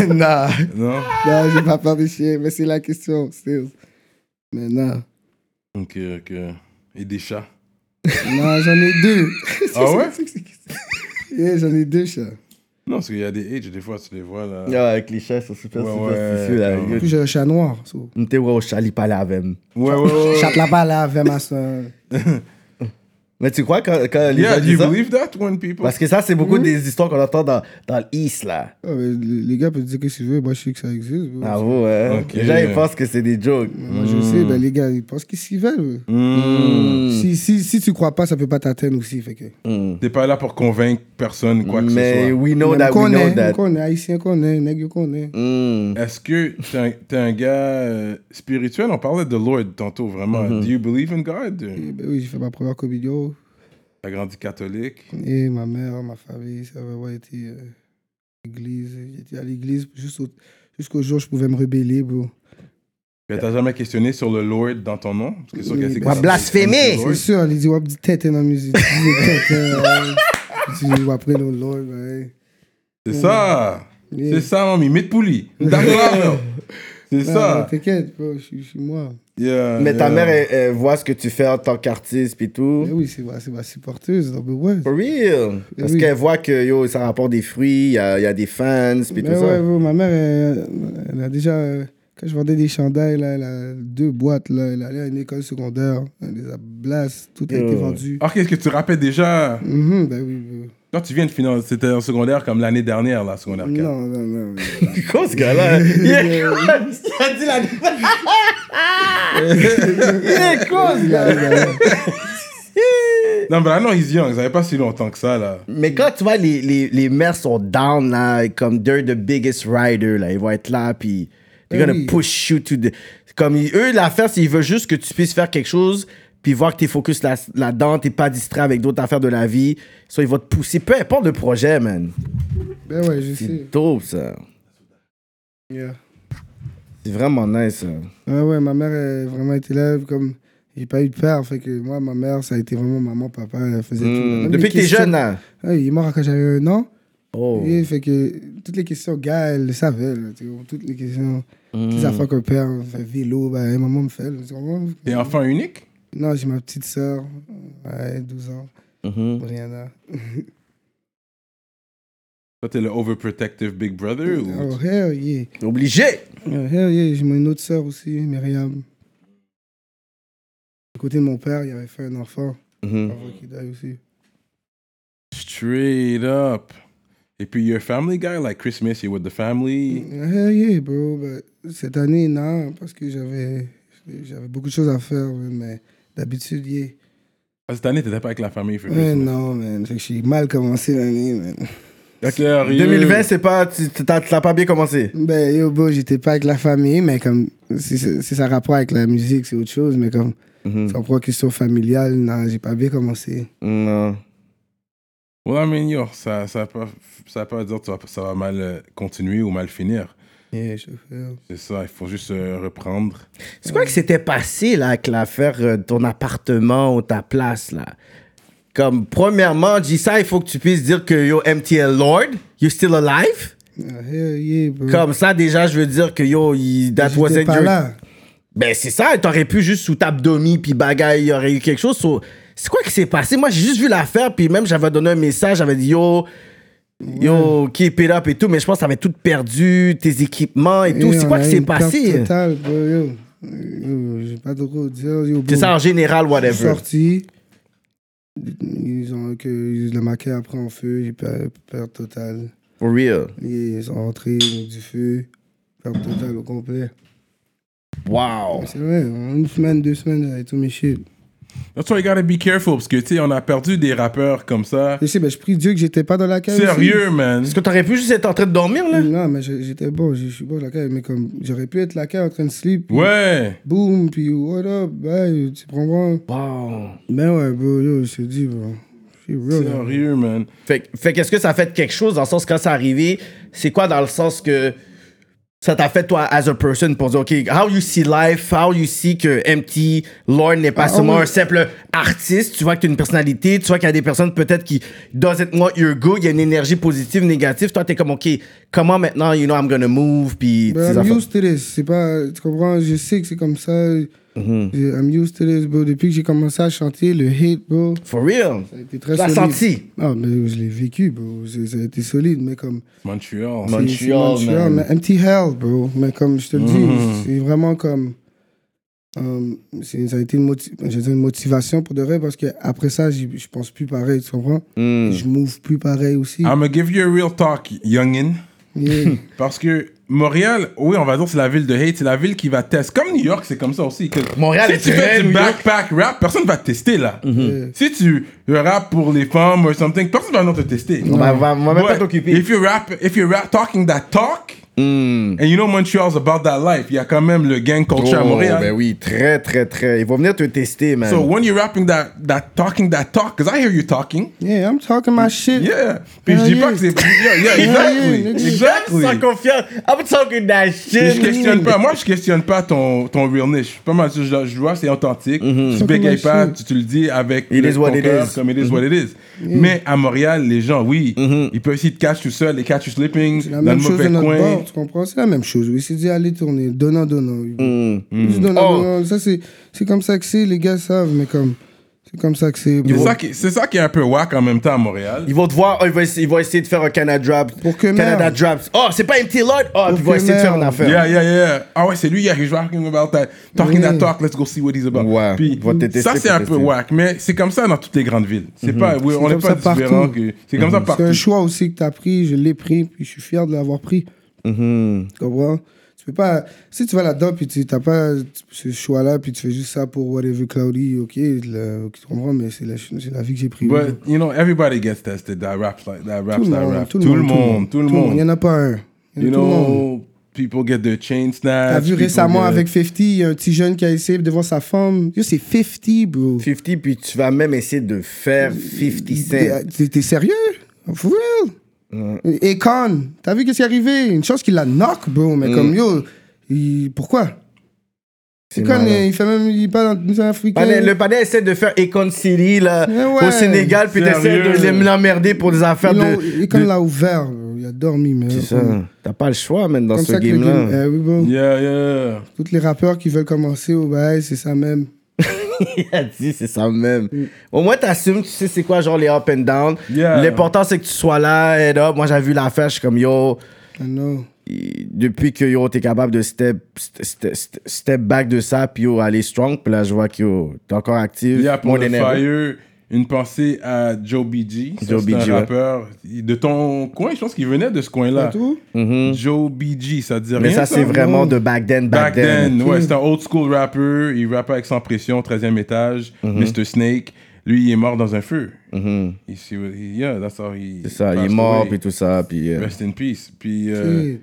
E: non.
C: Non?
E: Non, j'ai pas peur des chiens, mais c'est la question. c'est- Mais non.
C: Ok, ok. Et des chats?
E: Non, j'en ai deux. (laughs)
C: Ah ouais?
E: Yeah, j'en ai deux chats.
C: Non, parce qu'il y a des ages, des fois, tu les vois là.
D: Ah, avec les chats, c'est super
C: Ouais,
D: superstitieux,
C: ouais,
D: là.
C: ouais.
E: En plus, j'ai un chat noir. So.
D: Yo, T'es au chat, il parle avec même.
C: Ouais, ouais, ouais.
E: Chat là-bas, là, avec ma soeur.
D: Mais tu crois quand, quand les
C: Yeah,
D: gens
C: do you
D: disent ça?
C: believe Mm-hmm. that when people.
D: Parce que ça, c'est beaucoup des histoires qu'on entend dans, dans le East, là.
E: Ah, mais les les gars peuvent dire que si je veux, moi je sais que ça existe. bro.
D: Ah Hmm. vous, hein?
C: Ok.
D: Les gens, ils pensent que c'est des jokes.
E: Moi je sais, ben, les gars, ils pensent qu'ils s'y veulent. bro.
C: Mm. Hmm.
D: Mm. Hmm.
E: Si, si, si tu crois pas, ça peut pas t'atteindre aussi. Fait que...
C: T'es pas là pour convaincre personne, quoi que ce
D: Mais
C: soit.
D: we know
E: Mais
D: that,
E: on
D: we know
E: connaît,
D: that.
E: on connaît, haïtien connaît, nègre connaît.
D: Mm.
C: Est-ce que t'es un, t'es un gars euh, spirituel? On parlait de Lord tantôt, vraiment.
D: Mm-hmm.
C: Do you believe in God?
E: Et Eh ben oui, j'ai fait ma première communion.
C: T'as grandi catholique?
E: Et ma mère, ma famille, ça a vraiment été euh, l'église. J'étais à l'église juste au- jusqu'au jour où je pouvais me rebeller, bro.
C: Mais t'as jamais questionné sur le Lord dans ton nom Parce que c'est sûr que c'est
E: On va
C: c'est-
D: blasphémer!
C: c'est-
E: C'est
C: c'est-
E: sûr, les dit, wap dit tête hein, dans la musique. Tu dis tête, hein, ouais.
D: (laughs)
E: Tu dis, wap, le Lord, ouais.
C: C'est ça
E: Yeah.
C: C'est ça, mamie, mets de poulie
D: (laughs)
C: D'accord C'est
E: Non,
C: ça
E: T'inquiète, bro, je suis- je suis moi.
C: Yeah,
D: Mais ta
C: yeah.
D: mère, elle, elle voit ce que tu fais en tant qu'artiste pis
E: Mais
D: tout.
E: Euh, oui, c'est ma, c'est ma supporteuse, number one.
D: For real. Parce
E: Oui.
D: qu'elle voit que yo, ça rapporte des fruits, il y a, il y a des fans pis
E: Mais
D: tout
E: ouais,
D: ça.
E: bro, ma mère, elle, elle a déjà. euh, Quand je vendais des chandails, là, elle a deux boîtes, là. Elle allait à une école secondaire. hein. Elle les a blast, tout a
D: Yo.
E: été vendu.
C: Ah, qu'est-ce que tu rappelles déjà
E: Mhm, ben oui, bro.
C: Quand tu viens de finir, c'était en secondaire comme l'année dernière, là, secondaire 4.
E: Non, non, non.
D: (laughs)
E: mais-
D: C'est quoi
E: (laughs)
D: ce gars-là? Il est quoi? Il a dit la (laughs) Il est quoi ce gars
C: Non, mais là, non, he's young, ça fait pas si longtemps que ça, là.
D: Mais quand tu vois, les, les, les mères sont down, là, comme they're the biggest rider, là. Ils vont être là, puis they're gonna
E: oui.
D: push you to the. Comme ils- eux, l'affaire, c'est ils veulent juste que tu puisses faire quelque chose, puis voir que t'es focus là- là-dedans, t'es pas distrait avec d'autres affaires de la vie. Soit ils vont te pousser, peu importe le projet, man.
E: Ben ouais, je sais.
D: C'est dope, ça.
E: Yeah.
D: C'est vraiment nice, ça.
E: Ouais, ouais, ma mère elle a vraiment été là, comme j'ai pas eu de père, fait que moi, ma mère, ça a été vraiment maman, papa, elle faisait tout. Même les
D: Hmm. Mm. Depuis que t'es
E: questions-
D: jeune, là.
E: Ouais, il est mort quand j'avais un an,
D: Oh.
E: et fait que toutes les questions, gars, elle le savait, là, tu vois, toutes les questions,
D: Mm.
E: les
D: Hmm.
E: affaires qu'un père fait, vélo, bah, hey, maman me fait, là, tu comprends?
C: T'es
D: Mm.
C: enfant unique
E: Non, j'ai ma petite sœur,
D: Mm-hmm.
E: ouais, 12 ans,
D: Mhm.
E: Brianna.
C: Toi, t'es le overprotective big brother ou...
E: Oh, hell yeah.
D: Obligé!
E: Oh, hell yeah. J'ai une autre sœur aussi, Myriam. Du côté de mon père, il avait fait un enfant.
D: Mm-hmm. Hmm.
E: Avant qu'il aille aussi.
C: Straight up. Et puis, you're a family guy, like Christmas, you're with the family.
E: Hell yeah, bro. But cette année, non, parce que j'avais j'avais beaucoup de choses à faire, mais d'habitude, yeah.
C: Ah, Cette année, t'étais pas avec la famille for
E: Mais
C: Christmas.
E: non, man. Fait que j'ai mal commencé l'année, man.
C: Sérieux?
D: 2020, c'est pas. tu- T'as t'as pas bien commencé.
E: Ben, yo, bro, j'étais pas avec la famille, mais comme. Si, si si ça a rapport avec la musique, c'est autre chose, mais comme.
D: Mhm.
E: Sans prendre question familiale, non, j'ai pas bien commencé.
D: Non.
C: Well, I mean, yo, ça, ça, peut, ça peut dire que ça va- ça va mal euh, continuer ou mal finir.
E: Yeah, je fais.
C: C'est ça, il faut juste se reprendre.
D: C'est quoi que c'était passé, là, avec l'affaire euh, de ton appartement ou ta place, là? Comme, premièrement, dis ça, il faut que tu puisses dire que yo, MTL Lord, you're still alive.
E: Ah, hell yeah, bro.
D: Comme ça, déjà, je veux dire que yo, il- that
E: J'étais
D: wasn't
E: pas
D: your-
E: là.
D: Ben, c'est ça, t'aurais pu juste sous table d'omi, puis bagaille, il y aurait eu quelque chose. so- C'est quoi qui s'est passé? Moi, j'ai juste vu l'affaire, puis même, j'avais donné un message, j'avais dit yo. Yo, keep it up et tout, mais je pense que t'avais tout perdu, tes équipements et tout.
E: Yeah,
D: C'est
E: on
D: quoi
E: a
D: qui
E: eu
D: s'est
E: une perte
D: passé?
E: totale, bro, yo. Yo, J'ai pas trop à dire. yo, bro.
D: C'est ça en général,
E: Je suis
D: whatever.
E: sorti. Ils ont que le maquet a pris en feu, j'ai per- perte totale.
D: For real.
E: Ils sont rentrés ils ont eu du feu, perte totale au complet.
D: Wow.
E: C'est vrai, en une semaine, deux semaines, j'avais tous mes shit.
C: That's why you gotta be careful, parce que, tu sais, on a perdu des rappeurs comme ça.
E: Je sais, ben, je prie Dieu que j'étais pas dans la cave. aussi.
C: Sérieux, man.
D: Est-ce que t'aurais pu juste être en train de dormir, là?
E: Non, mais j'ai- j'étais bon, je je suis bon dans la cave, mais comme j'aurais pu être la cave en train de sleep. puis
C: Ouais.
E: Boom, puis what up, bye, tu prends moi.
D: Wow.
E: Mais ouais, bro, yo, je te dis, bro. Je suis real. hein. là.
C: Sérieux, man.
D: Fait, que- fait qu'est-ce que ça a fait quelque chose dans le sens quand c'est arrivé? C'est quoi dans le sens que ça t'a fait, toi, as a person, pour dire, OK, how you see life, how you see que MT Lord n'est pas
E: Ah,
D: seulement
E: oui.
D: un simple artiste, tu vois que t'as une personnalité, tu vois qu'il y a des personnes peut-être qui doesn't want your good, il y a une énergie positive, négative. Toi, t'es comme, OK, comment maintenant, you know, I'm gonna move, puis...
E: Ben,
D: ces
E: I'm
D: affaires-
E: used to this. C'est pas, tu comprends? Je sais que c'est comme ça.
D: Mhm.
E: Je- I'm used to this, bro. Depuis que j'ai commencé à chanter, le hit, bro,
D: For real.
E: ça a été très
D: Tu l'as
E: solide.
D: senti?
E: Ah, mais je l'ai vécu, bro. C'est- Ça a été solide, mais comme.
C: Montreal.
E: c'est- c'est Montreal, mais empty hell, bro. Mais comme je te le
D: Mhm.
E: dis, c'est vraiment comme. euh, c'est- ça a été une, moti- je veux dire une motivation pour de vrai parce que après ça, j'y- je pense plus pareil, tu comprends?
D: Mm.
E: Je m'ouvre plus pareil aussi.
D: Ah.
C: I'm gonna give you a real talk, youngin.
D: (laughs)
E: Yeah.
C: Parce que Montréal, oui, on va dire c'est la ville de hate, c'est la ville qui va tester. Comme New York, c'est comme ça aussi. que-
D: Montréal est
C: si tu
D: très
C: fais du
D: New York. Mm-hmm.
C: backpack rap, personne va te tester là. Si tu rap pour les femmes ou something, personne va venir te tester.
D: On va, va- on va même pas
C: But
D: t'occuper.
C: If you rap, if you rap talking that talk, and you know Montreal's about that life, il y a quand même le gang culture à
D: Mm. Oh,
C: Montréal.
D: Ben oui, très, très, très. Ils vont venir te tester, man.
C: So when you're rapping that, that talking that talk, because I hear you talking,
E: yeah, I'm talking my shit.
C: yeah. Puis je
E: Ah,
C: dis
E: yeah.
C: pas que c'est.
D: (laughs)
C: Yeah, yeah,
E: yeah,
C: exactly,
E: nigga.
C: exactly.
D: Sans confiance. I'm talking that
C: Et
D: shit.
C: je questionne pas. Moi, je questionne pas ton, ton realness. Je suis pas mal sûr. Je, je vois, c'est authentique. Tu bégayes pas, tu, tu le dis avec
D: It
C: le-
D: is what
C: ton
D: it
C: cœur,
D: is.
C: comme it is what it is. Mais à Montréal, les gens, oui, ils peuvent essayer de catch tout seul, les catch you sleeping,
E: C'est
C: dans
E: la
C: le
E: même chose
C: mauvais
E: de notre
C: coin.
E: bord, tu comprends? C'est la même chose. Oui, c'est dit aller tourner, donnant, donnant.
C: Mm,
E: Juste donnant,
D: Oh.
E: donnant. Ça, c'est c'est comme ça que c'est, les gars savent, mais comme. C'est comme ça que c'est.
C: C'est
E: bro.
C: ça, qui, c'est ça qui est un peu whack en même temps à Montréal.
D: Ils vont te voir, oh, ils, vont essayer, ils vont essayer de faire un Canada Drop.
E: Pour que
D: Canada
E: merde.
D: Drops. Oh, c'est pas MT Lord. Oh, puis ils vont
E: que
D: essayer de faire une
E: merde.
D: affaire.
C: Yeah, yeah, yeah. Ah ouais, c'est lui, yeah, he's talking about that. Talking that
E: Oui.
C: talk, let's go see what he's about.
D: Ouais,
C: Puis,
D: va te tester
C: ça, c'est
D: pour
C: un
D: tester.
C: peu whack, mais c'est comme ça dans toutes les grandes villes. C'est pas, oui, on
E: comme
C: n'est pas
E: ça
C: différent.
E: partout. Mm-hmm.
C: que- C'est comme ça
E: C'est un
C: partout.
E: choix aussi que tu as pris, je l'ai pris, puis je suis fier de l'avoir pris.
C: Mm-hmm.
E: Tu comprends? Tu peux pas. Si tu vas là-dedans, puis tu n'as pas ce choix-là, puis tu fais juste ça pour whatever Cloudy, ok, là, tu comprends, mais c'est la, c'est la vie que j'ai prise.
C: But you know, everybody gets tested. That raps like that raps
E: Tout le
C: that
E: monde,
C: rap. Tout le monde, tout le
E: Il n'y
C: monde.
E: en a pas un. Il y en
C: You
E: a tout le monde.
C: know, people get their chain snatched.
E: T'as vu
C: people
E: récemment
C: get-
E: avec 50, il y a un petit jeune qui a essayé devant sa femme. Yo, c'est 50, bro.
D: 50, puis tu vas même essayer de faire 50 Cent.
E: T'es- T'es t'es sérieux? For real?
D: Mm.
E: Et Khan, t'as vu qu'est-ce qui est arrivé? Une chose qu'il la knock, bro.
D: Mm.
E: Mais comme yo, il- pourquoi?
D: C'est
E: C'est Khan,
D: malin.
E: il fait même, il est pas dans les
D: Panel-
E: Africains.
D: le panel essaie de faire Econ City là,
E: Mais Eh ouais.
D: au Sénégal, puis t'essaies
C: Sérieux.
D: de l'emmerder pour des affaires de.
E: Et Khan l'a ouvert, bro. il a dormi, mais.
D: C'est ça.
E: Comme
D: T'as pas le choix, même, dans
E: comme
D: ce
E: ça que le
D: game-là.
E: game. Eh oui, bro.
C: Yeah, yeah.
E: Tous les rappeurs qui veulent commencer au bail, c'est ça même.
D: il (laughs) a dit, c'est ça même. Au moins, t'assumes, tu sais, c'est quoi, genre les up and down.
C: Mm. Yeah.
D: L'important, c'est que tu sois là, head up. Moi, j'ai vu l'affaire, je suis comme, yo,
E: I know.
D: depuis que yo, t'es capable de step, st- st- st- step back de ça, puis yo, aller strong, puis là, je vois que yo, t'es encore actif.
C: Il y a pour
D: Mon
C: le
D: énergie.
C: fire, une pensée à Joe BG. Ça,
D: Joe
C: c'est
D: BG,
C: un
D: ouais.
C: rappeur de ton coin, je pense qu'il venait de ce coin-là.
E: C'est tout?
D: Mm-hmm.
C: Joe BG, ça te dit
D: Mais
C: rien.
D: ça, c'est vraiment de back then, back,
C: Back then,
D: then.
C: ouais, c'est un old school rapper. Il rappe avec Sans Pression, 13e étage,
D: Mm-hmm.
C: Mr. Snake. Lui, il est mort dans un feu. He- she was- he- yeah, that's how he
D: C'est ça, il est
C: passed
D: mort,
C: away.
D: puis tout ça, puis. euh,
C: Rest in peace. Puis, euh,
E: Shit.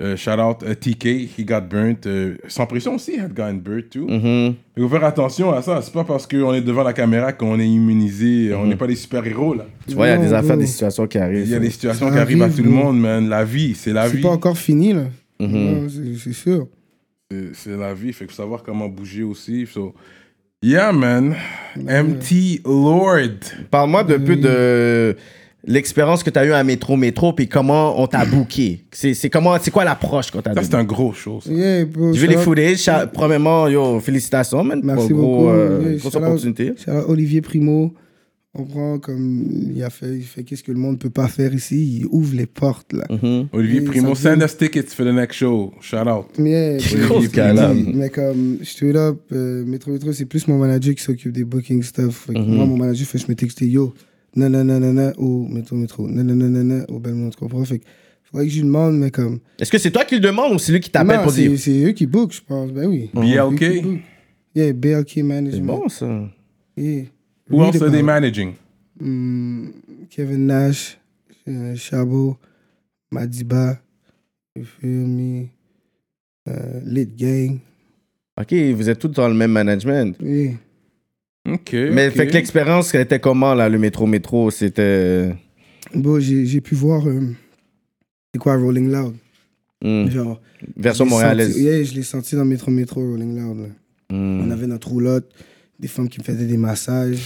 C: euh, shout out euh, TK, he got burnt. Euh, sans pression aussi, had gotten burnt too.
D: mhm.
C: Il faut faire attention à ça. C'est pas parce qu'on est devant la caméra qu'on est immunisé.
D: Mm-hmm.
C: On n'est pas des super-héros, là.
D: Tu vois, il y a des
E: Non, bro.
D: affaires, des situations qui arrivent.
C: Il y a
D: ça.
C: des situations
E: Ça
C: qui arrivent à
E: arrive,
C: tout le
E: bro.
C: monde, man. La vie, c'est la
E: C'est
C: vie.
E: pas encore fini, là.
D: Mm-hmm.
E: Ouais, c'est- C'est sûr.
C: C'est- C'est la vie. Fait qu'il faut savoir comment bouger aussi. So, yeah, man. MT Lord.
D: Parle-moi un peu de l'expérience que tu as eue à Métro Métro, puis comment on t'a booké. C'est c'est comment, c'est quoi l'approche qu'on t'a
C: Ça,
D: donnée?
C: c'est un gros show, ça.
E: Yeah, bro,
D: Je veux les
E: shout out-
D: footage. cha- Premièrement, yo, félicitations, man. pour
E: Merci
D: le gros,
E: beaucoup.
D: euh,
E: Yeah,
D: grosse
E: shout out-
D: opportunité.
E: shout out Olivier Primo. On prend comme il a fait, il fait qu'est-ce que le monde peut pas faire ici. Il ouvre les portes là.
D: Mmh. Hmm.
C: Olivier
E: Oui,
C: Primo,
E: ça
C: send us tickets for the next show. Shout out.
E: Mais,
D: Grosse
E: mais-
D: galère.
E: mais comme straight up, euh, Metro Metro, c'est plus mon manager qui s'occupe des booking stuff. Fait que
D: Mmh.
E: Moi, mon manager, fait, je me texte yo, nananana au Metro Metro, nananana au Belmont, tu comprends? Fait que faudrait que je lui demande, mais comme.
D: Est-ce que c'est toi qui le demande ou c'est lui qui t'appelle
E: Non,
D: pour
E: c'est
D: dire? Mmh.
E: c'est eux qui book, je pense. Ben oui.
C: BLK?
E: Eux qui book. Yeah, BLK
D: C'est
E: Management.
D: bon, ça.
E: Yeah.
C: Who
E: Read
C: else are they
E: about-
C: managing?
E: Hmm, Kevin Nash, euh, Chabo, Madiba, you feel me? Euh, Lit Gang.
D: OK, vous êtes tous dans le même management.
E: Yeah.
C: OK.
D: Mais
C: OK.
D: fait que l'expérience, elle était comment, là, le Métro Métro? C'était...
E: Bon, j'ai j'ai pu voir. euh, c'est quoi Rolling Loud?
D: hmm,
E: Genre.
D: version
E: je l'ai
D: montréalaise.
E: senti- yeah, je l'ai senti dans Métro Métro, Rolling Loud. là.
D: Hmm.
E: On avait notre roulotte, des femmes qui me faisaient des massages,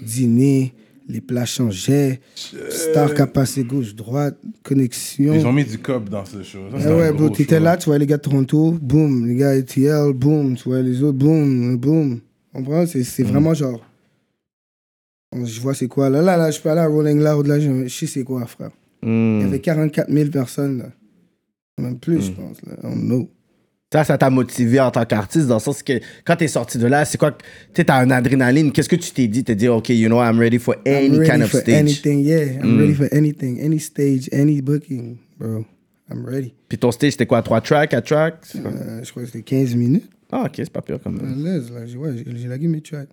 E: dîner, les plats changeaient,
C: Euh.
E: star qui a passé gauche-droite, connexion.
C: Ils ont mis du cop dans ce show. Ça, c'est
E: Ah
C: un
E: ouais,
C: gros
E: bro, t'étais
C: show.
E: là, tu vois les gars de Toronto, boum, les gars ETL, boum, tu vois les autres, boum, boum. On prend, c'est c'est vraiment genre. on- Je vois c'est quoi. Là, là, là, je peux aller à Rolling Loud, là, je je sais c'est quoi, frère.
D: Hmm.
E: Il y avait 44 000 personnes, là. Même plus, je pense, là. On know.
D: Ça, ça t'a motivé en tant qu'artiste dans le sens que quand t'es sorti de là, c'est quoi que- Tu sais, t'as une adrénaline. Qu'est-ce que tu t'es dit? T'es dit, OK, you know, I'm ready for any
E: I'm ready
D: kind of
E: for
D: stage.
E: anything, yeah. I'm ready for anything, any stage, any booking, bro. I'm ready.
D: Puis ton stage, c'était quoi? Trois tracks, quatre tracks? C'est quoi?
E: Euh, je crois que c'était 15 minutes.
D: Ah, OK, c'est pas pire quand même.
E: À l'aise, là. J'ai- Ouais, j'ai j'ai lagué mes tracks.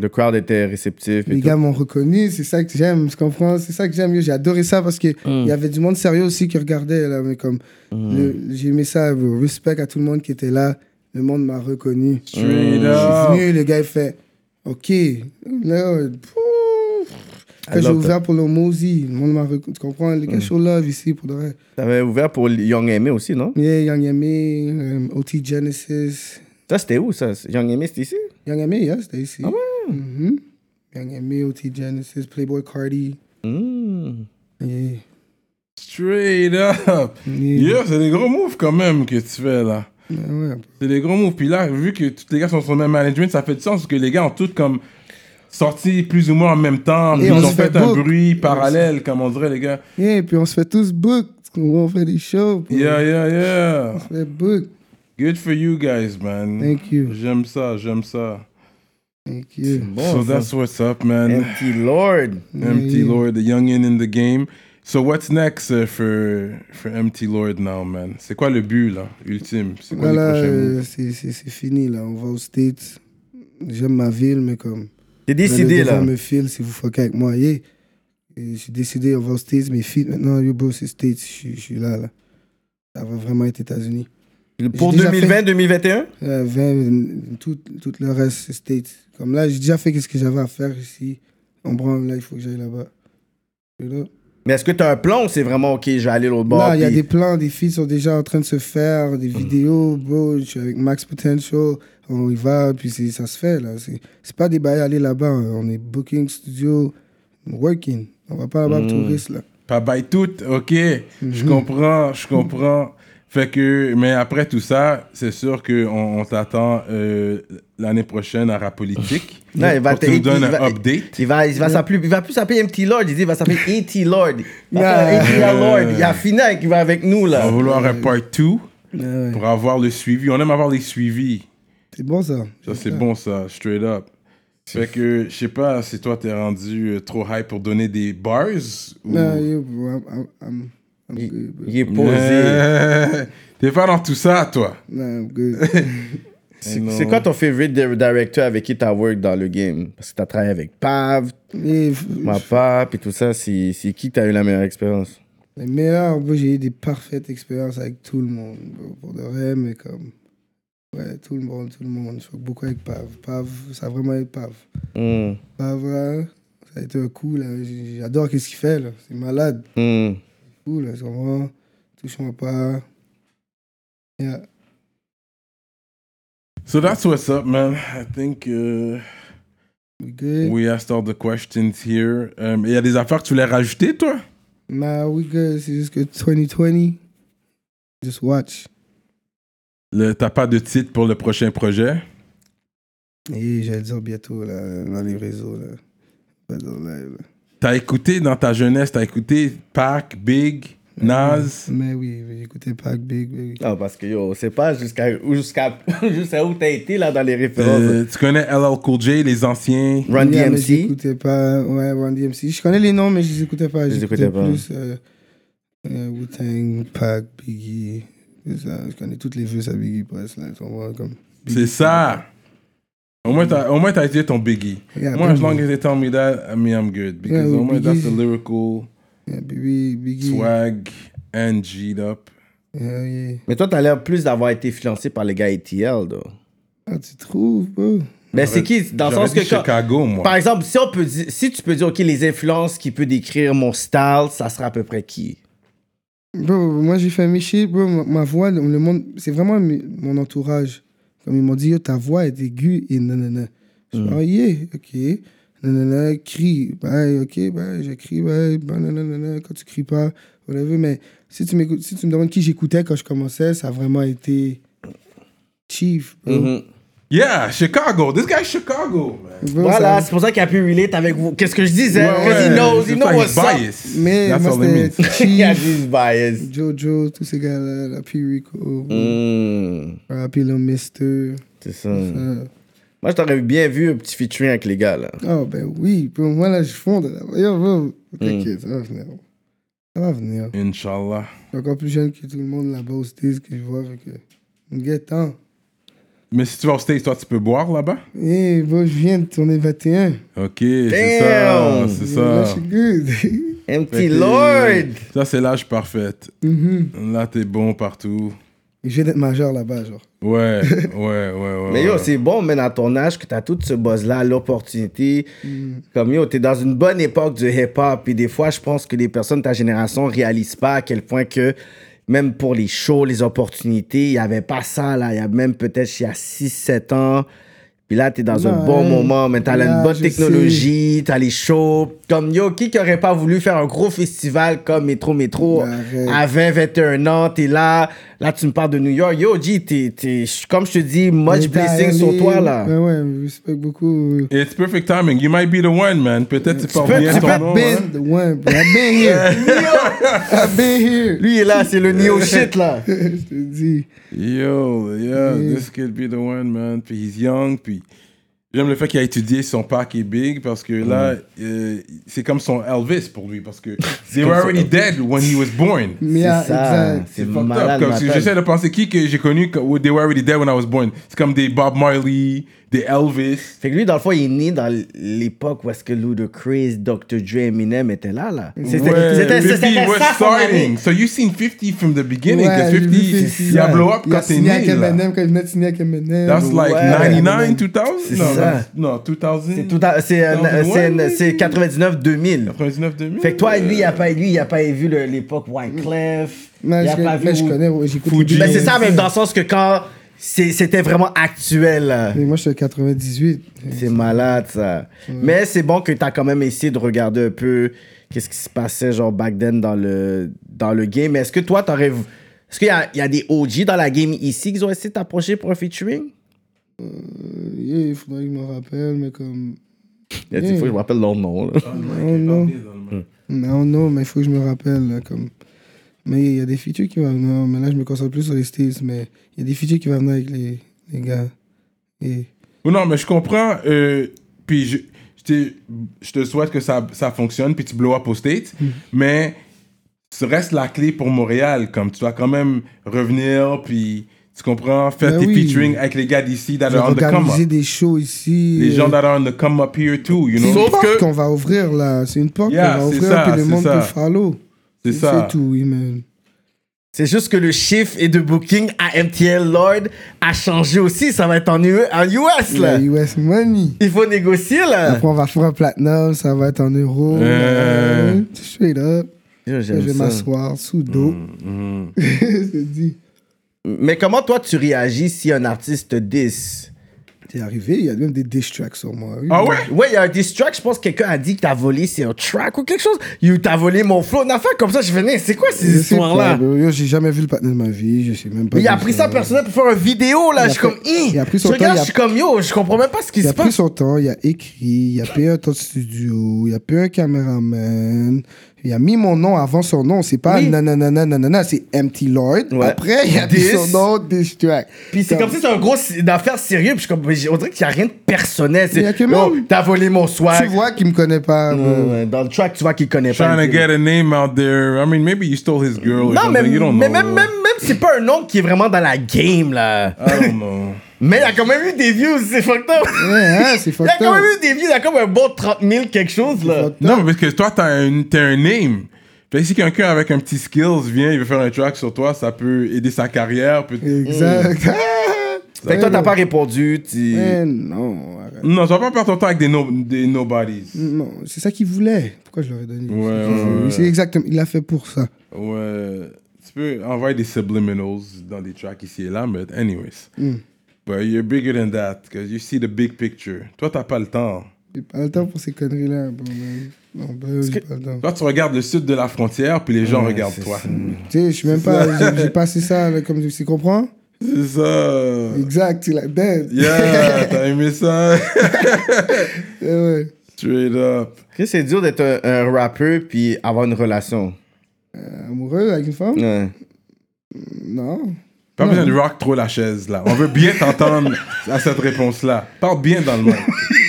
D: Le crowd était réceptif. et
E: Les
D: tout.
E: gars m'ont reconnu, c'est ça que j'aime, tu comprends C'est ça que j'aime, yo, j'ai adoré ça parce qu'il y avait du monde sérieux aussi qui regardait, là, mais comme, le- j'aimais ça, bro. respect à tout le monde qui était là, le monde m'a reconnu. Je
C: Straight
E: suis
C: up.
E: venu, le gars il fait, ok, là, pouf. quand j'ai
D: I love
E: ouvert pour le Mozy, le monde m'a reconnu, tu comprends Les gars, je suis love ici, pour de vrai.
D: T'avais ouvert pour Young Aimé aussi, non?
E: Yeah, Young Yamé, euh, OT Genesis.
D: Ça, c'était où, ça? Young Aimé, c'était ici?
E: Young Yamé, yeah, c'était ici. Ah ouais Young Yamé, OT Genesis, Playboy Cardi. Mm.
D: Hmm.
E: Yeah.
C: Straight up.
E: Yeah.
C: Yeah, c'est des gros moves quand même que tu fais là.
E: Ah ouais,
C: C'est des gros moves. Puis là, vu que tous les gars sont sur le même management, ça fait du sens parce que les gars ont tous comme sorti plus ou moins en même temps. puis
E: on
C: ils ont
E: se fait
C: fait un
E: book.
C: bruit parallèle, comme on dirait les gars.
E: Yeah, puis on se fait tous book. On fait des shows. puis
C: Yeah, yeah, yeah.
E: On se fait book.
C: Good for you guys, man.
E: Thank you.
C: J'aime ça, j'aime ça.
E: Thank you.
C: so that's what's up,
E: Eh
C: man.
D: Empty Lord.
C: MT Lord, the youngin in the game. So what's next uh, for, for MT Lord now, man? C'est quoi le but, là, ultime? C'est quoi
E: Voilà,
C: les prochains
E: euh,
C: moves?
E: c'est c'est- c'est fini, là. On va aux States. J'aime ma ville, mais comme.
D: T'es
E: vous allez
D: décidé,
E: devoir
D: là.
E: me file si vous fuckez avec moi. Yeah. Et J'ai décidé, on va aux States. Mes filles, maintenant, yo, bro, c'est States. Je suis- je suis là, là. Ça va vraiment être États-Unis.
D: Pour
E: déjà
D: 2020, 2021?
E: Euh, 20, tout, tout le reste, c'est States. Comme là, j'ai déjà fait quest ce que j'avais à faire ici. On prend, là, il faut que j'aille là-bas. Et là,
D: Mais est-ce que t'as un plan ou c'est vraiment, OK, je vais aller l'autre bord?
E: Là, il y a
D: puis-
E: des plans, des filles sont déjà en train de se faire, des vidéos, bro, je suis avec Max Potential, on y va, puis c'est- ça se fait, là. C'est c'est pas des bails aller là-bas, hein. on est booking, studio, working. On va pas là-bas pour touristes, là.
D: Mhm.
C: Pas by tout, ok. Je comprends, je comprends. Fait que, mais après tout ça, c'est sûr qu'on on, t'attend euh, l'année prochaine à Rap
D: (laughs)
C: Politique.
D: Non, il va
C: pour que
D: te-
C: tu nous
D: il-
C: donnes
D: il va-
C: un update.
D: Il va, il va s'appeler, il va plus s'appeler MT Lord, il dit, il va s'appeler E.T. Lord. Il va
E: Ouais.
D: s'appeler E.T. Lord. Il y a Fina qui va avec nous,
C: On va
D: là.
C: vouloir un part 2
E: ouais.
C: pour avoir le suivi. On aime avoir les suivis.
E: C'est bon ça.
C: Ça, c'est bon, ça, straight up. Fait que, je sais pas si toi, t'es rendu euh, trop high pour donner des bars ou...
E: Non, yo, bro, I'm- I'm- I'm- I'm good, bro.
D: Il est posé.
C: Euh, (laughs) T'es pas dans tout ça, toi.
E: Nah, I'm good.
D: C'est c'est quoi ton favorite di- director avec qui t'as work dans le game? Parce que t'as travaillé avec Pav,
E: Mais, f-
D: ma pape et tout ça. C'est c'est qui t'as eu la meilleure expérience?
E: Les meilleurs, bro, j'ai eu des parfaites expériences avec tout le monde, bro, pour de vrai, mais comme. Ouais, tout le monde, tout le monde. Je fais beaucoup avec Pav. Pav, ça a vraiment été Pav.
D: Hmm,
E: Pav, là, Bah, ça a été un coup, là. J- J'adore qu'est-ce qu'il fait, là. C'est malade.
D: hmm.
E: Cool, là, vraiment. Touche-moi pas. Yeah.
C: So that's what's up, man. I think uh,
E: We good?
C: we asked all the questions here. Um, Il y a des affaires que tu voulais rajouter, toi?
E: Nah, we good. C'est juste que 2020, just watch.
C: Le- T'as pas de titre pour le prochain projet?
E: Et j'allais dire bientôt, là, dans les réseaux, là. Pas dans le live, là.
C: T'as écouté dans ta jeunesse, t'as écouté Pac, Big, Nas.
E: Mais oui, oui, écoutez Pac Big, baby.
D: Non, Ah, parce que yo, on sait pas jusqu'à où, jusqu'à (laughs) jusqu'à où t'as été là dans les références.
C: Euh, tu connais LL Cool J, les anciens.
D: Run
E: Yeah, mais je les
D: DMC.
E: écoutais pas. Ouais, Run DMC. Je connais les noms, mais je les écoutais pas.
D: les
E: J'écoutais
D: écoutais pas.
E: plus euh, euh, Wu-Tang, Pac, Biggie. tout ça. Je connais toutes les vœux à Biggie Press. Là, tu vois, comme...
C: C'est ça. Au moins, t'as, au moins, t'as été ton Biggie.
E: Yeah,
C: Moi, as
E: Biggie.
C: long as they tell me that, I mean, I'm good. Because
E: Yeah,
C: au moins,
E: Biggie.
C: that's the lyrical
E: Yeah, Biggie, Biggie. Ah,
C: swag and G'd up.
E: Yeah, yeah.
D: Mais toi, t'as l'air plus d'avoir été financé par les gars ATL, là.
E: Ah, tu trouves, bro?
D: Mais c'est qui? Dans
C: Euh,
D: le
C: J'aurais
D: sens que.
C: dit
D: quand-
C: Chicago, moi.
D: Par exemple, si, on peut dire- si tu peux dire, OK, les influences qui peut décrire mon style, ça sera à peu près qui?
E: Bro, moi j'ai fait mes shit, bro. Ma, ma voix, le le monde, c'est vraiment mes- mon entourage. Comme ils m'ont dit, yo, ta voix est aiguë et nanana. Je
C: Mm.
E: suis oh yeah, ok. Nanana, crie. Bah, ok, bah, je crie, bah, bah, nanana, quand tu cries pas, whatever. Mais si tu, m'écoutes, si tu me demandes qui j'écoutais quand je commençais, ça a vraiment été Chief, bro.
C: Mm-hmm. Yeah, Chicago. This guy's Chicago, man.
E: Bro,
D: Voilà,
E: ça-
D: c'est pour ça qu'il a pu relate avec vous. Qu'est-ce que je disais?
C: Ouais,
D: Because he
C: ouais,
D: knows,
C: c'est
D: he knows
C: ça,
D: what's
C: he's
D: up.
C: biased.
E: mais
C: That's
E: moi,
C: all it means.
E: c'était
D: (laughs) Il a
E: Chief,
D: dit bias.
E: Jojo, tous ces gars-là, la P. Rico,
C: Mm.
E: Rappy, le Mister.
D: Hmm, c'est ça.
E: euh,
D: Moi, je t'aurais bien vu un petit featuring avec les gars, là.
E: Ah ben oui, pour moi là je fonde. Là. Yo, bro, T'inquiète, ça
D: Hmm.
E: va venir. Ça va venir.
C: Inch'Allah.
E: Je suis encore plus jeune que tout le monde là-bas au States que je vois. Fait que... Get hein.
C: Mais si tu vas aux States, toi, tu peux boire là-bas?
E: Eh, bro, je viens de tourner 21.
C: Ok, c'est ça.
D: Damn.
C: C'est
E: Eh, Là,
C: ça.
E: je suis good. (laughs)
D: MT Lord!
C: Ça, c'est l'âge parfait.
E: Mhm.
C: Là, t'es bon partout.
E: Et Je viens d'être majeur là-bas, genre.
C: Ouais, (laughs) ouais, ouais, ouais.
D: Mais yo,
C: ouais.
D: c'est bon, mais à ton âge, que t'as tout ce buzz-là, l'opportunité.
E: Mm.
D: Comme yo, t'es dans une bonne époque du hip-hop. Et des fois, je pense que les personnes de ta génération réalisent pas à quel point que, même pour les shows, les opportunités, il y avait pas ça, là. Il y a même peut-être, il y a 6-7 ans. Puis là, t'es dans un
E: Ouais.
D: bon moment, mais t'as là
E: Là,
D: une bonne
E: je
D: technologie, t'as les shows. Comme yo, qui qui aurait pas voulu faire un gros festival comme Métro Métro
E: Arrête.
D: à 20, 21 ans, t'es là. Là, tu me parles de New York. Yo, G, t'es, t'es- comme je te dis,
E: Mais
D: much
E: t'as
D: blessing
E: allé-
D: sur toi, là.
E: Ben ouais, je respecte beaucoup.
C: It's perfect timing. You might be the one, man. Peut-être tu parles
D: peux-
C: bien
D: tu
C: ton
D: peux-
C: nom. hein.
E: Been the one, bro. Ben, I've been
D: (laughs)
E: here. I've been here. (laughs)
D: Lui, il est là, c'est le Neo shit, (laughs) là.
E: je te dis.
C: Yo, yeah,
D: Mm.
C: this could be the one, man. Puis he's young, puis j'aime le fait qu'il a étudié son pack et Big parce que là,
D: Mm.
C: euh, c'est comme son Elvis pour lui
D: (laughs)
C: parce que they were
D: comme son
C: already dead when he was born.
E: Mais ah,
D: ça.
E: exact.
D: C'est
C: fucked
D: malade,
C: Comme si
D: mental.
C: j'essaie de penser qui que j'ai connu, que- they were already dead when I was born. C'est comme des Bob Marley, des Elvis.
D: Fait que lui, dans le fond, il est né dans l'époque où est-ce que Ludacris, Dr. Dre, Eminem étaient là, là. C'était,
C: Ouais,
D: c'était, c'était,
C: 50 was
D: ça, son année.
C: starting. So you seen 50 from the beginning. 'cause
E: j'ai vu
C: 50,
E: 50,
C: il a
E: ouais.
C: blow up
E: Il a
C: quand t'es
E: signé
C: né.
E: avec
C: là.
E: Eminem, quand il venait de signer avec Eminem.
C: That's
E: Ouais.
C: like
D: Ouais.
C: 99, 2000?
D: C'est
C: Non,
D: ça.
C: that's- non, 2000.
D: C'est, tout à- c'est, euh,
C: Ouais,
D: c'est,
C: ouais.
D: c'est 99-2000.
C: 99, 2000.
D: Fait que toi, lui, il a pas, lui, il a pas vu le- l'époque Wyclef.
E: Non,
D: il
E: je,
D: a pas
E: connais,
D: vu
E: mais je
D: où-
E: connais, ouais, j'écoute.
C: Fuji.
E: les
D: Mais c'est ça,
E: Beatles.
D: même dans le sens que quand c'est- c'était vraiment actuel, euh, là.
E: Mais moi, je suis de 98.
D: c'est malade ça. Mais c'est bon que tu as quand même essayé de regarder un peu qu'est-ce qui se passait genre back then dans le dans le game. Mais Est-ce que toi t'aurais Est-ce qu'il y a, il y a des OG dans la game ici qui ont essayé de t'approcher pour un featuring?
E: Euh, yeah, il faudrait que je m'en rappelle, mais comme.
D: Il a dit, faut que je me rappelle leur nom. là.
E: Non, non.
C: Mm.
E: Non, non, mais il faut que je me rappelle. là, comme... Mais il y a des features qui vont venir. Mais là, je me concentre plus sur les styles. Mais il y a des features qui vont venir avec les, les gars. Et...
C: Oh Non, mais je comprends. euh, puis je, je te- je te souhaite que ça, ça fonctionne, puis tu blow up aux States.
D: Mm.
C: Mais ça reste la clé pour Montréal. Comme tu vas quand même revenir, puis tu comprends, faire
E: Ben
C: tes
E: oui.
C: featuring avec les gars d'ici, that
E: Je vais
C: are on the come
E: organiser
C: up.
E: des shows ici.
C: Ah, Les gens
E: euh,
C: that are on the come up here too, you
E: C'est une
C: know.
D: Sauf
E: porte
D: que-
E: qu'on va ouvrir là. C'est une porte
C: Yeah,
E: qu'on va
C: c'est
E: ouvrir.
C: ça,
E: puis le
C: c'est
E: monde
C: ça.
E: peut follow.
C: C'est ça.
E: C'est tout, oui, man.
D: (laughs) C'est juste que le chiffre et de booking à MTL Lord a changé aussi. Ça va être en UE en US, là.
E: La US Money.
D: Il faut négocier, là.
E: Après, on va faire un platinum, ça va être en euros.
C: Euh.
E: Ouais, Straight up.
D: Yo,
E: Je
D: j'aime
E: vais
D: ça. Mm,
E: m'asseoir sous dos. (laughs) C'est dit.
D: Mais comment, toi, tu réagis si un artiste te diss?
E: T'es arrivé, il y a même des diss tracks sur moi. oui.
C: Ah ouais?
D: Ouais, il y a un diss track. Je pense que quelqu'un a dit que t'as volé, c'est un track ou quelque chose. You t'as volé mon flow. Une affaire comme ça, je venais. C'est quoi ces
E: Je sais pas,
D: histoires-là?
E: bro. Yo, J'ai jamais vu le patin de ma vie, je sais même pas.
D: Il a
E: d'où
D: pris ça
E: vient.
D: personnel pour faire une vidéo,
E: Il a
D: là. Je suis
E: pris-
D: comme, hi!
E: il a pris
D: Je
E: son temps,
D: regarde,
E: il a-
D: je suis comme, yo, je comprends même pas ce qui
E: Il
D: se
E: a pris
D: passe.
E: son temps, il a écrit, il a payé un temps de studio, il a payé un caméraman, il a mis mon nom avant son nom. C'est pas
D: Oui.
E: nanana, nanana, c'est Empty Lord.
D: Ouais.
E: Après, il a dit
D: Diss.
E: son nom, diss track.
D: Puis c'est comme si c'est un gros si- une affaire sérieuse. Puis je suis comme, mais j'ai- on dirait qu'il n'y a rien de personnel.
E: Il y a
D: C'est,
E: que
D: yo,
E: même-
D: t'as volé mon swag.
E: Tu vois qu'il me connaît pas.
C: Mm.
E: bro.
D: Euh, Dans le track, tu vois qu'il connaît pas.
C: Trying to
D: le-
C: get a name out there. I mean, maybe you stole his girl. or
D: Non, mais,
C: something. you don't
D: mais
C: know,
D: même,
C: bro.
D: même, même c'est pas un nom qui est vraiment dans la game, là.
E: Ah,
C: I don't know.
D: Mais il y a quand même eu des views, c'est fucked up.
E: Ouais, hein, c'est
D: (laughs) Il y a
E: fucked
D: quand même
E: up.
D: eu des views, il y a comme un bon 30 000 quelque chose, là.
C: Euh, Non, mais parce que toi, t'as un, t'as un name. Fait que si quelqu'un avec un petit skills vient, il veut faire un track sur toi, ça peut aider sa carrière. peut-
E: Exact.
D: Fait que toi, t'as pas répondu,
C: Mm.
E: (laughs)
D: tu...
E: Mais non, arrête.
C: Non, tu vas pas perdre ton temps avec des, no- des nobodies.
E: Non, c'est ça qu'il voulait. Pourquoi je leur ai donné
C: Ouais,
E: C'est ça qu'il
C: ouais,
E: voulait.
C: ouais.
E: C'est exactement. Il l'a fait pour ça.
C: Ouais. Tu peux envoyer des subliminals dans des tracks ici et là, mais anyways. But you're bigger than that, because you see the big picture. Toi, t'as pas le temps.
E: J'ai pas le temps pour ces conneries-là. bro, man. Non, bro, j'ai pas le temps.
C: Toi, tu regardes le sud de la frontière, puis les gens regardent
D: c'est
C: toi.
D: ça.
E: Tu sais, je suis même pas. j'ai- J'ai passé ça, là, comme tu comprends
C: C'est ça.
E: Exact, c'est la dead.
C: Yeah, t'as aimé ça.
E: Eh ouais.
C: Straight up.
D: Chris, c'est dur d'être un, un rappeur puis avoir une relation.
E: Amoureux avec une femme
D: Ouais.
C: Mm.
E: Non.
C: Pas besoin de rock trop la chaise, là. On
E: (laughs)
C: veut bien t'entendre à cette réponse-là. Parle bien dans le monde.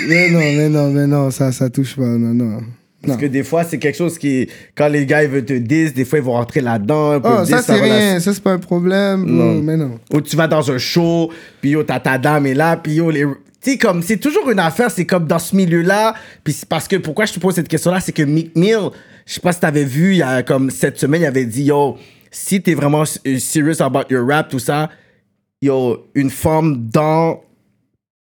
E: Mais non, mais non, mais non, ça, ça touche pas. Non, non.
D: Parce que des fois, c'est quelque chose qui... Quand les gars, ils veulent te dire, des fois, ils vont rentrer là-dedans. ils peuvent
E: Oh,
D: dire
E: ça,
D: ta
E: c'est
D: relation.
E: rien. Ça, c'est pas un problème. bro,
D: Non.
E: Mais non.
D: Ou tu vas dans un show, puis yo, t'as ta dame est là, puis yo, les... Tu sais, comme, c'est toujours une affaire, c'est comme dans ce milieu-là, puis c'est parce que, pourquoi je te pose cette question-là, c'est que Mick Mill, je sais pas si t'avais vu, il y a comme cette semaine, il avait dit, yo, si t'es vraiment euh, serious about your rap, tout ça, yo, une femme dans,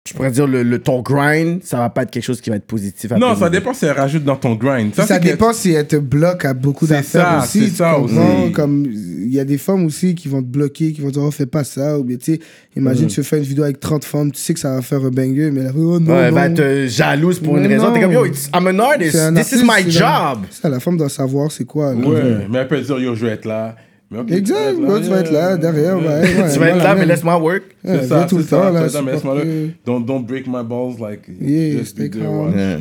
D: je pourrais dire, le, le ton grind, ça va pas être quelque chose qui va être positif. à
C: Non,
D: présenter.
C: ça dépend si elle rajoute dans ton grind.
E: Ça,
C: c'est que-
E: dépend si elle te bloque à beaucoup
C: C'est
E: d'affaires
C: ça,
E: aussi.
C: c'est
E: tu
C: ça
E: comprends?
C: aussi.
E: Comme il y a des femmes aussi qui vont te bloquer, qui vont te dire oh fais pas ça ou bien tu sais,
D: Mm.
E: imagine tu fais une vidéo avec 30 femmes, tu sais que ça va faire un banger, mais elle va oh non,
D: Ouais, elle
E: non.
D: va être euh, jalouse pour une
E: Mais
D: raison. T'es comme,
E: non.
D: yo, it's- I'm an artist,
E: C'est un
D: this
E: artiste,
D: is my
E: c'est la-
D: job.
E: Ça, la femme doit savoir c'est quoi. là.
C: Ouais, mais elle peut dire, yo, je vais être là. Mais ok,
E: Mm-hmm. Exact, bro, tu vas être là derrière. bah, hey, ouais,
D: tu vas être
E: voilà,
D: là,
E: man.
D: mais laisse-moi work.
E: Ouais,
C: (laughs) C'est
E: elle
C: ça,
E: vient tout
C: c'est
E: le
C: ça.
E: temps
C: Toi,
E: là.
C: non, mais laisse-moi
E: supporter.
C: le- Don't, don't break my balls, like,
E: Yeah,
C: just be
E: stay
C: there,
E: calm.
C: watch.
D: Ouais.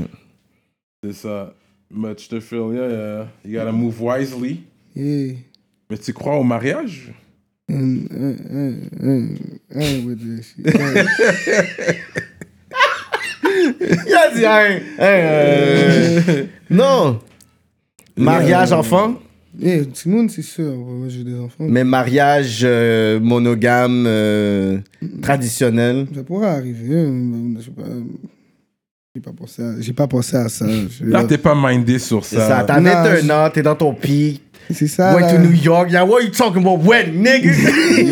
C: C'est ça. Mais je te feel, yeah, yeah. You gotta move wisely.
E: Yeah.
C: Mais tu crois au mariage?
E: Mm, mm, mm, mm, mm with this shit. Ouais.
D: Il a dit, hein, hein,
E: Eh,
D: (laughs) euh, non. Mariage enfant,
E: Yeah, Simone, Eh, c'est sûr. bro, Moi, j'ai des enfants.
D: mais mariage euh, monogame, euh, traditionnel.
E: Ça pourrait arriver. euh, Je sais pas. euh, J'ai pas pensé à, j'ai pas pensé à ça.
D: (laughs)
E: je-
C: Là, t'es pas mindé sur
D: C'est ça, Ah,
C: ça.
D: t'as
E: Non,
D: 21
E: je-
D: ans, t'es dans ton pic.
E: C'est ça.
D: Went
E: là.
D: to New York. Yeah, what you talking about, wet (laughs) nigga?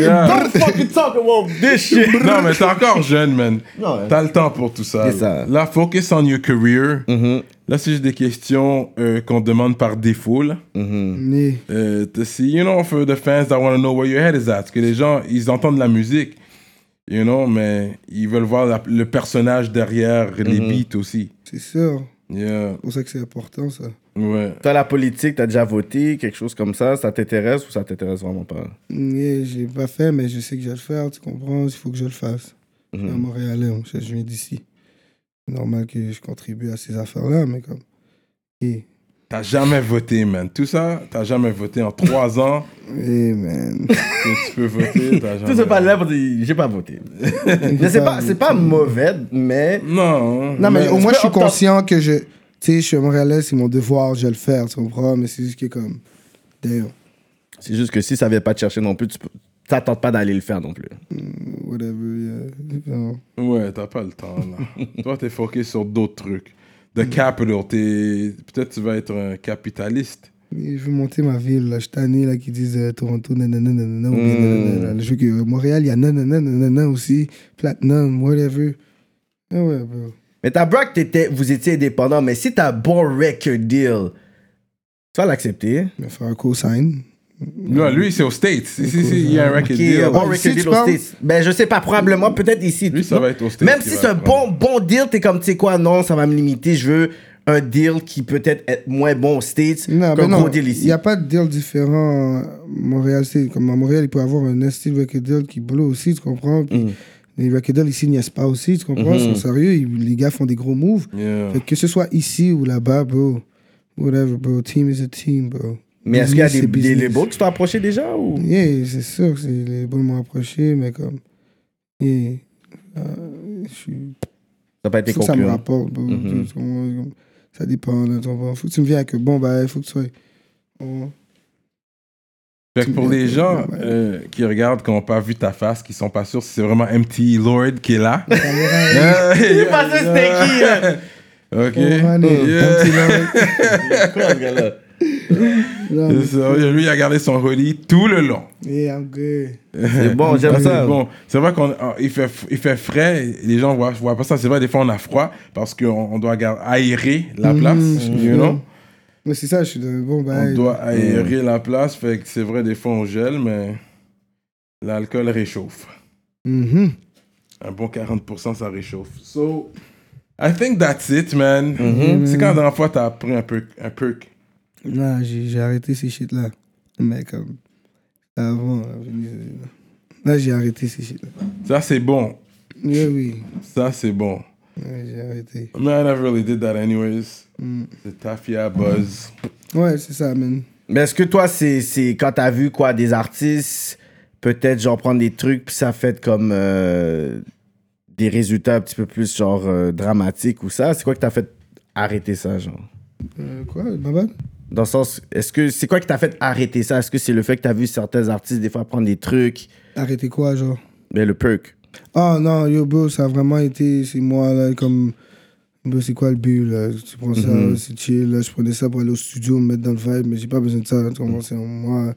D: What the fuck you talking about this shit?
C: Non, mais t'es encore jeune, man.
D: (laughs) Non, ouais.
C: T'as le temps pour tout ça.
D: C'est ça. Mm-hmm.
C: Là, focus on your career. Là, c'est juste des questions euh, qu'on demande par défaut, là.
D: Mm.
E: Yeah.
C: Euh, to see, you know, for the fans that want to know where your head is at. Parce que les gens, ils entendent la musique, you know, mais ils veulent voir la-
D: Mm-hmm.
C: le personnage derrière les beats aussi.
E: C'est sûr.
C: Yeah.
E: C'est pour ça que c'est important, ça.
C: Ouais.
D: Toi, la politique, t'as déjà voté, quelque chose comme ça, ça t'intéresse ou ça t'intéresse vraiment pas?
E: Yeah, je l'ai pas fait, mais je sais que je vais le faire, tu comprends? Il faut que je le fasse. Je
D: Mhm.
E: suis un Montréalais, on sait, je viens d'ici. C'est normal que je contribue à ces affaires-là, mais comme. eh, Hey,
C: T'as jamais voté, man. Tout ça, t'as jamais voté en trois ans
E: hey, eh, man.
C: que tu peux voter. t'as
D: (laughs) Tout
C: jamais-
D: ce pas-là pour dire, j'ai pas voté. (laughs) mais c'est pas, c'est pas mauvais, mais.
C: Non. hein.
E: Non, mais
D: Mais
E: au moins,
D: tu
E: je suis
D: peux opter-
E: conscient que je. Tu sais, je suis un Montréalais, c'est mon devoir, je vais le faire, tu comprends? Mais c'est juste que, comme. D'ailleurs,
D: C'est juste que si ça vient pas te chercher non plus, tu peux- t'attends pas d'aller le faire non plus.
E: whatever, yeah. Non.
C: Ouais, t'as pas le temps,
D: (laughs)
C: là. Toi, t'es focus sur d'autres trucs. The capital, t'es... Peut-être tu vas être un capitaliste.
E: Et Je veux monter ma ville, là. Je suis tanné, là, qui disent euh, Toronto, nanana, nanana, ou bien
D: Mm.
E: nanana. Je veux que euh, Montréal, il y a nanana, nanana aussi. Platinum, whatever. Ah ouais, bro.
D: Mais ta braque, t'étais, vous étiez indépendant, mais si t'as bon record deal, tu vas l'accepter.
E: Je vais faire un co-sign.
C: Non, lui, c'est aux States. Si, si, si, il y a un record
D: Ok,
C: deal.
D: un bon
E: ouais.
D: record
E: Si tu
D: deal aux
E: parles-
D: States. Ben, je sais pas, probablement, peut-être ici.
C: Lui, ça va être aux States
D: Même
C: qui
D: si
C: va
D: c'est un bon,
C: prendre.
D: bon deal, t'es comme, tu sais quoi, non, ça va me limiter, je veux un deal qui peut-être est moins bon aux States
E: Non,
D: qu'un
E: ben
D: gros
E: non,
D: deal
E: il
D: ici.
E: n'y a pas de deal différent. à Montréal, c'est comme à Montréal, il peut y avoir un style record deal qui blow aussi, tu comprends.
D: Hmm.
E: Puis Les record deals ici n'y pas aussi, tu comprends. Ils sont sérieux, ils- les gars font des gros moves.
C: Yeah.
E: Fait que ce soit ici ou là-bas, bro. Whatever, bro. Team is a team, bro.
D: Mais est-ce qu'il y a
E: Business,
D: des,
E: c'est
D: des
E: business.
D: labels qui t'ont approché déjà ou?
E: Yeah, c'est sûr que c'est les bons m'ont approché, mais comme. Yeah. Euh, je suis
D: Ça n'a pas été
E: faut que ça
D: conclu.
E: me
D: hein.
E: rapporte. bro.
C: Mm-hmm.
E: Tu comprends? Ça dépend. Là, tu comprends? faut que tu me viennes avec bon, bah, il faut que tu sois. Oh.
C: Fait que pour les gens
E: Ouais.
C: euh, qui regardent, qui n'ont pas vu ta face, qui sont pas sûrs si c'est vraiment MT Lord qui est là.
D: (laughs) Il est passé, c'était qui, hein?
C: (laughs) Ok.
E: Montréal,
C: Yeah.
E: un petit Lord.
D: Quoi, ce gars-là?
E: Non,
C: C'est ça. Lui, il a gardé son hoodie tout le long.
E: Yeah, I'm good.
D: C'est bon, j'aime
C: Ah,
D: ça.
C: c'est Bon, c'est vrai qu'on ah, il fait, il fait frais, et les gens voient, voient pas ça. C'est vrai, des fois on a froid parce qu'on on doit gar- aérer la place, you know?
E: Mais c'est ça, je suis dans le bon
C: On
E: bail.
C: doit aérer la place, fait que c'est vrai, des fois on gèle, mais l'alcool réchauffe.
E: Mhm.
C: Un bon 40%, ça réchauffe. So, I think that's it, man. Mhm. C'est quand la dernière fois t'as pris un perk, un perk?
E: Non, j'ai j'ai arrêté ces shit-là. Mais comme. Avant, là, je- là, j'ai arrêté ces shit-là.
C: Ça, c'est bon.
E: Yeah, oui,
C: Ça, c'est bon.
E: Ouais, j'ai arrêté.
C: Man, I really did that anyways. C'est Tafia Buzz.
E: Ouais, c'est ça, man.
D: Mais est-ce que toi, c'est, c'est quand t'as vu quoi des artistes, peut-être genre prendre des trucs, puis ça fait comme euh, des résultats un petit peu plus genre euh, dramatiques ou ça? C'est quoi qui t'a fait arrêter ça, genre?
E: Euh, quoi, ma bad?
D: Dans le sens, est-ce que c'est quoi qui t'a fait arrêter ça? Est-ce que c'est le fait que t'as vu certains artistes des fois prendre des trucs?
E: Arrêter quoi, genre?
D: Mais le perk.
E: Ah non, yo, bro, ça a vraiment été, c'est moi, là, comme, bro, c'est quoi le but, là? Tu prends ça,
D: Mhm.
E: c'est chill, là, je prenais ça pour aller au studio, me mettre dans le vibe, mais j'ai pas besoin de ça, tu comprends, c'est en moi.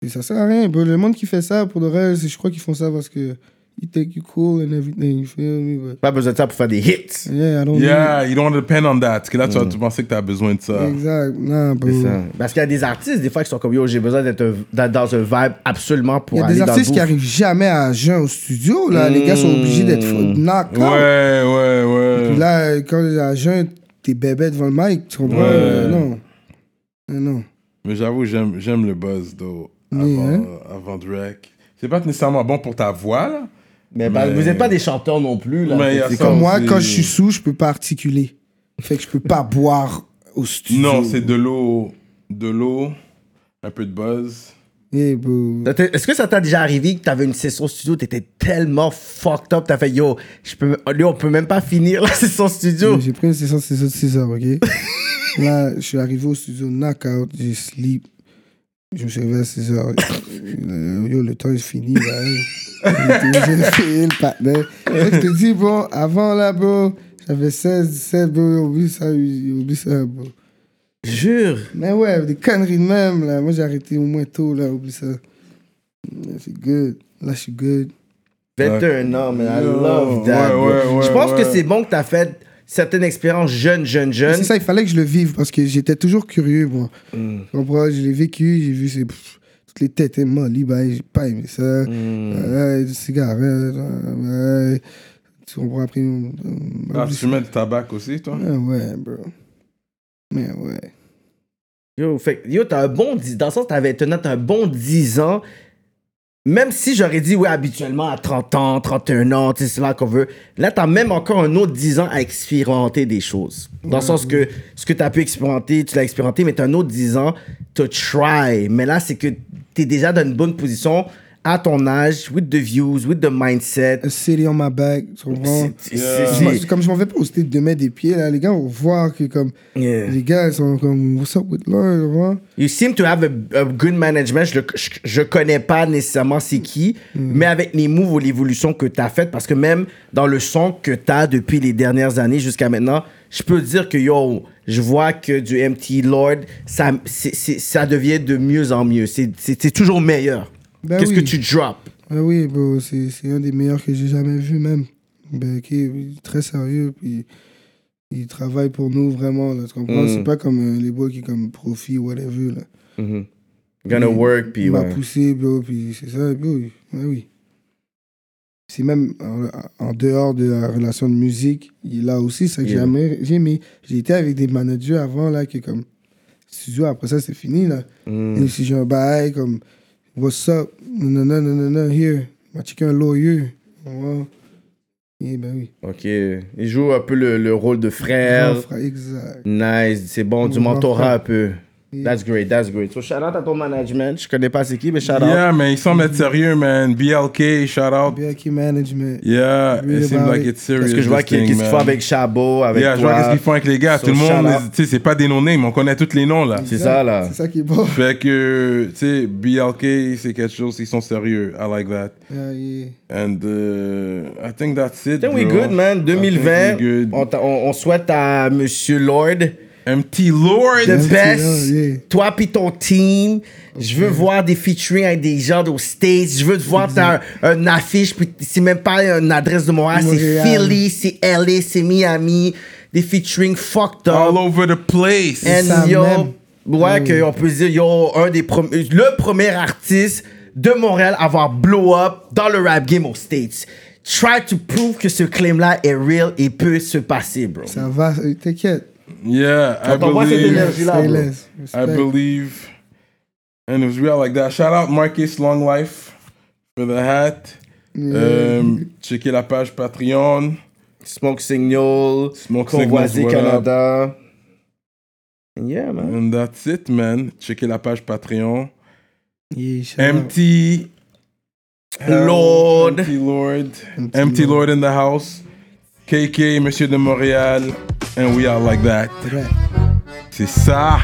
E: Et ça sert à rien, bro, le monde qui fait ça, pour le reste, je crois qu'ils font ça parce que, you think you cool and everything, you feel me, but,
D: Pas besoin de ça pour faire des hits.
E: yeah, I don't
C: Yeah, you don't want to depend on that. Parce que là, tu, vas- tu pensais que tu as besoin de ça.
E: know. Exact, non, bro.
D: C'est ça. Parce qu'il y a des artistes, des fois, qui sont comme yo, j'ai besoin d'être un- dans, dans un vibe absolument
E: Il y
D: pour
E: a
D: aller
E: des
D: dans le
E: artistes qui
D: booth.
E: arrivent jamais à jeun au studio, là, les gars sont obligés d'être
D: Mm.
E: knock
C: Ouais, ouais, ouais.
E: Puis là, euh, quand t'es à jeun, t'es bébé devant le mic, tu comprends?
C: Ouais.
E: Euh, non. Euh, non.
C: Mais j'avoue, j'aime, j'aime le buzz, though, avant,
E: Oui, hein.
C: euh, avant de rec. C'est pas nécessairement bon pour ta voix, là.
D: Mais, pas-
C: Mais-
D: vous n'êtes pas des chanteurs non plus. Là.
C: Mais il y a
D: C'est
C: ça
D: comme-
E: Comme moi,
C: c'est-
E: quand je suis sous, je peux pas articuler. Fait que je peux pas (laughs) boire au studio.
C: Non, c'est de l'eau, de l'eau, un peu de buzz.
E: Eh, bro.
D: Ça t'est- Est-ce que ça t'a déjà arrivé que t'avais une session studio, t'étais tellement fucked up, t'as fait yo, je peux, lui, on peut même pas finir la (laughs) session
C: Oh.
D: studio.
E: J'ai pris une session de 6 heures, de 6 heures,
C: (laughs)
E: ok? Là, je suis arrivé au studio knockout, j'ai sleep. Je me suis réveillé à 6 heures. (coughs) Euh, Yo, le temps est fini, là. hein. J'ai fait le partenaire. Fait que Je te dis, bon, avant, là, bro, j'avais 16, 17, bro, oublie ça, oublie ça, bro.
D: Jure.
E: Mais ouais, des conneries de même, là. Moi, j'ai arrêté au moins tôt, là, oublie ça. Yeah, C'est good. Là, je suis good.
D: 21 ans, man, I
C: Yo,
D: love that.
C: ouais,
D: bro.
C: ouais, ouais,
D: je pense
C: ouais.
D: que c'est bon que t'as fait certaines expériences jeune, jeune,
E: Mais
D: jeune.
E: C'est ça, il fallait que je le vive parce que j'étais toujours curieux, moi. Tu comprends? Je l'ai vécu, j'ai vu ces, pff, toutes les têtes molles, ben, j'ai pas aimé ça. Euh, des cigarettes, euh, ouais. tu comprends? Après, on- on-
C: Ah,
E: on-
C: tu mets du tabac aussi, toi?
E: Ah ouais, bro. Mais ouais.
D: Yo, fait que, yo, t'as un bon 10 Dans le sens, t'avais tenant un bon 10 ans. Même si j'aurais dit, ouais, habituellement à 30 ans, 31 ans, tu sais, c'est là qu'on veut. Là, t'as même encore un autre 10 ans à expérimenter des choses. Dans le sens que ce que t'as pu expérimenter, tu l'as expérimenté, mais t'as un autre 10 ans, to try. Mais là, c'est que t'es déjà dans une bonne position à ton âge, with the views, with the mindset.
E: A city on my back, tu comprends?
D: C'est- c'est-
E: Je m'en-
D: c'est-
E: Comme je m'en vais poster de mettre des pieds, là, les gars vont voir que comme.
D: Yeah.
E: Les gars, ils sont comme, what's up with Lloyd, tu comprends?
D: You seem to have a, a good management. Je, le- je, je connais pas nécessairement c'est qui,
E: Hmm.
D: mais avec les moves ou l'évolution que tu as faite, parce que même dans le son que tu as depuis les dernières années jusqu'à maintenant, je peux dire que yo, je vois que du MT Lord, ça, c'est- c'est- ça devient de mieux en mieux. C'est- C'est c'est toujours meilleur.
E: Ben
D: Qu'est-ce
E: oui.
D: que tu drops?
E: Ah oui, bro, c'est c'est un des meilleurs que j'ai jamais vu, même. Ben, qui est très sérieux, puis il travaille pour nous vraiment, là, tu comprends?
D: Mm.
E: C'est pas comme euh, les boys qui, comme, profit, whatever, là.
D: Gonna
E: Mm.
D: work, puis
E: Il m'a
D: ouais.
E: poussé, bro, puis c'est ça, bro, oui. Ah oui. C'est même en, en dehors de la relation de musique, il est là aussi, c'est ça que j'ai
D: Yeah.
E: aimé- j'ai aimé. J'ai été avec des managers avant, là, qui, comme, studio, après ça, c'est fini, là.
D: Mm.
E: Et si j'ai un bail comme What's up? Non, non, non, non, non, here. Ma chicken lawyer. Wow. Eh ben oui.
D: Ok. Il joue un peu le, le rôle de frère.
E: Grand frère, exact.
D: Nice, c'est bon, du
E: Mon
D: mentorat
E: enfant.
D: un peu. Mm, That's great, that's great. So shout out à ton management. Je connais pas c'est qui, mais shout out.
C: Yeah, man, il semble être sérieux, man. BLK, shout out.
E: BRK Management.
C: Yeah,
E: Really
C: it seems
E: about
C: like
E: it.
C: it's serious.
D: Parce que je vois
C: this
D: qu'il-
C: thing,
D: qu'est-ce qu'ils
C: man.
D: font avec Chabot, avec
C: Yeah, je vois
D: toi.
C: qu'est-ce qu'ils font avec les gars.
D: So,
C: Tout le
D: shout
C: monde,
D: out.
C: tu sais, c'est pas des non-names, on connaît tous les noms, là.
D: C'est ça, là.
E: C'est ça qui est
D: (laughs)
E: bon.
C: Fait que, tu sais, BLK, c'est quelque chose, ils sont sérieux. I like that.
E: Yeah, yeah.
C: And uh, I think that's it,
D: Then we
C: bro.
D: good, man. 2020,
C: I think we good.
D: on, t'a- on- on souhaite à Monsieur Lord
C: MT Lord.
D: the
E: Monsieur
C: hein,
D: best.
E: Lord, yeah.
D: Toi puis ton team. Je veux voir des featuring avec des gens aux States. Je veux te voir t'as un, un affiche, puis c'est même pas une adresse de Montréal. C'est
E: Montréal.
D: Philly, c'est LA, c'est Miami. Des featuring fucked up.
C: All over the place.
D: And
E: ça
D: yo,
E: même.
D: ouais, que on peut se dire, yo, un des prom- le premier artiste de Montréal à avoir blow up dans le rap game aux States. Try to prove que ce claim-là est real et peut se passer, bro.
E: Ça va, euh, t'inquiète.
C: Yeah, I
D: t'envoie cette
C: believe.
D: énergie.
E: Stay
D: Énergie-là, Ah, bro.
E: less.
C: I
E: Respect.
C: believe. And it was real like that. Shout out Marcus Long Life for the hat. Um, checker la page Patreon.
D: Smoke Signal,
C: Smoke
D: Convoisé
C: Signals, what up?
D: Canada. Yeah, man.
C: And that's it, man. Checker la page Patreon.
E: Yeah, shout out.
C: MT
D: Lord.
C: MT Lord. MT Lord in the house. KK, Monsieur de Montréal. And we are like that.
E: Right.
C: C'est ça.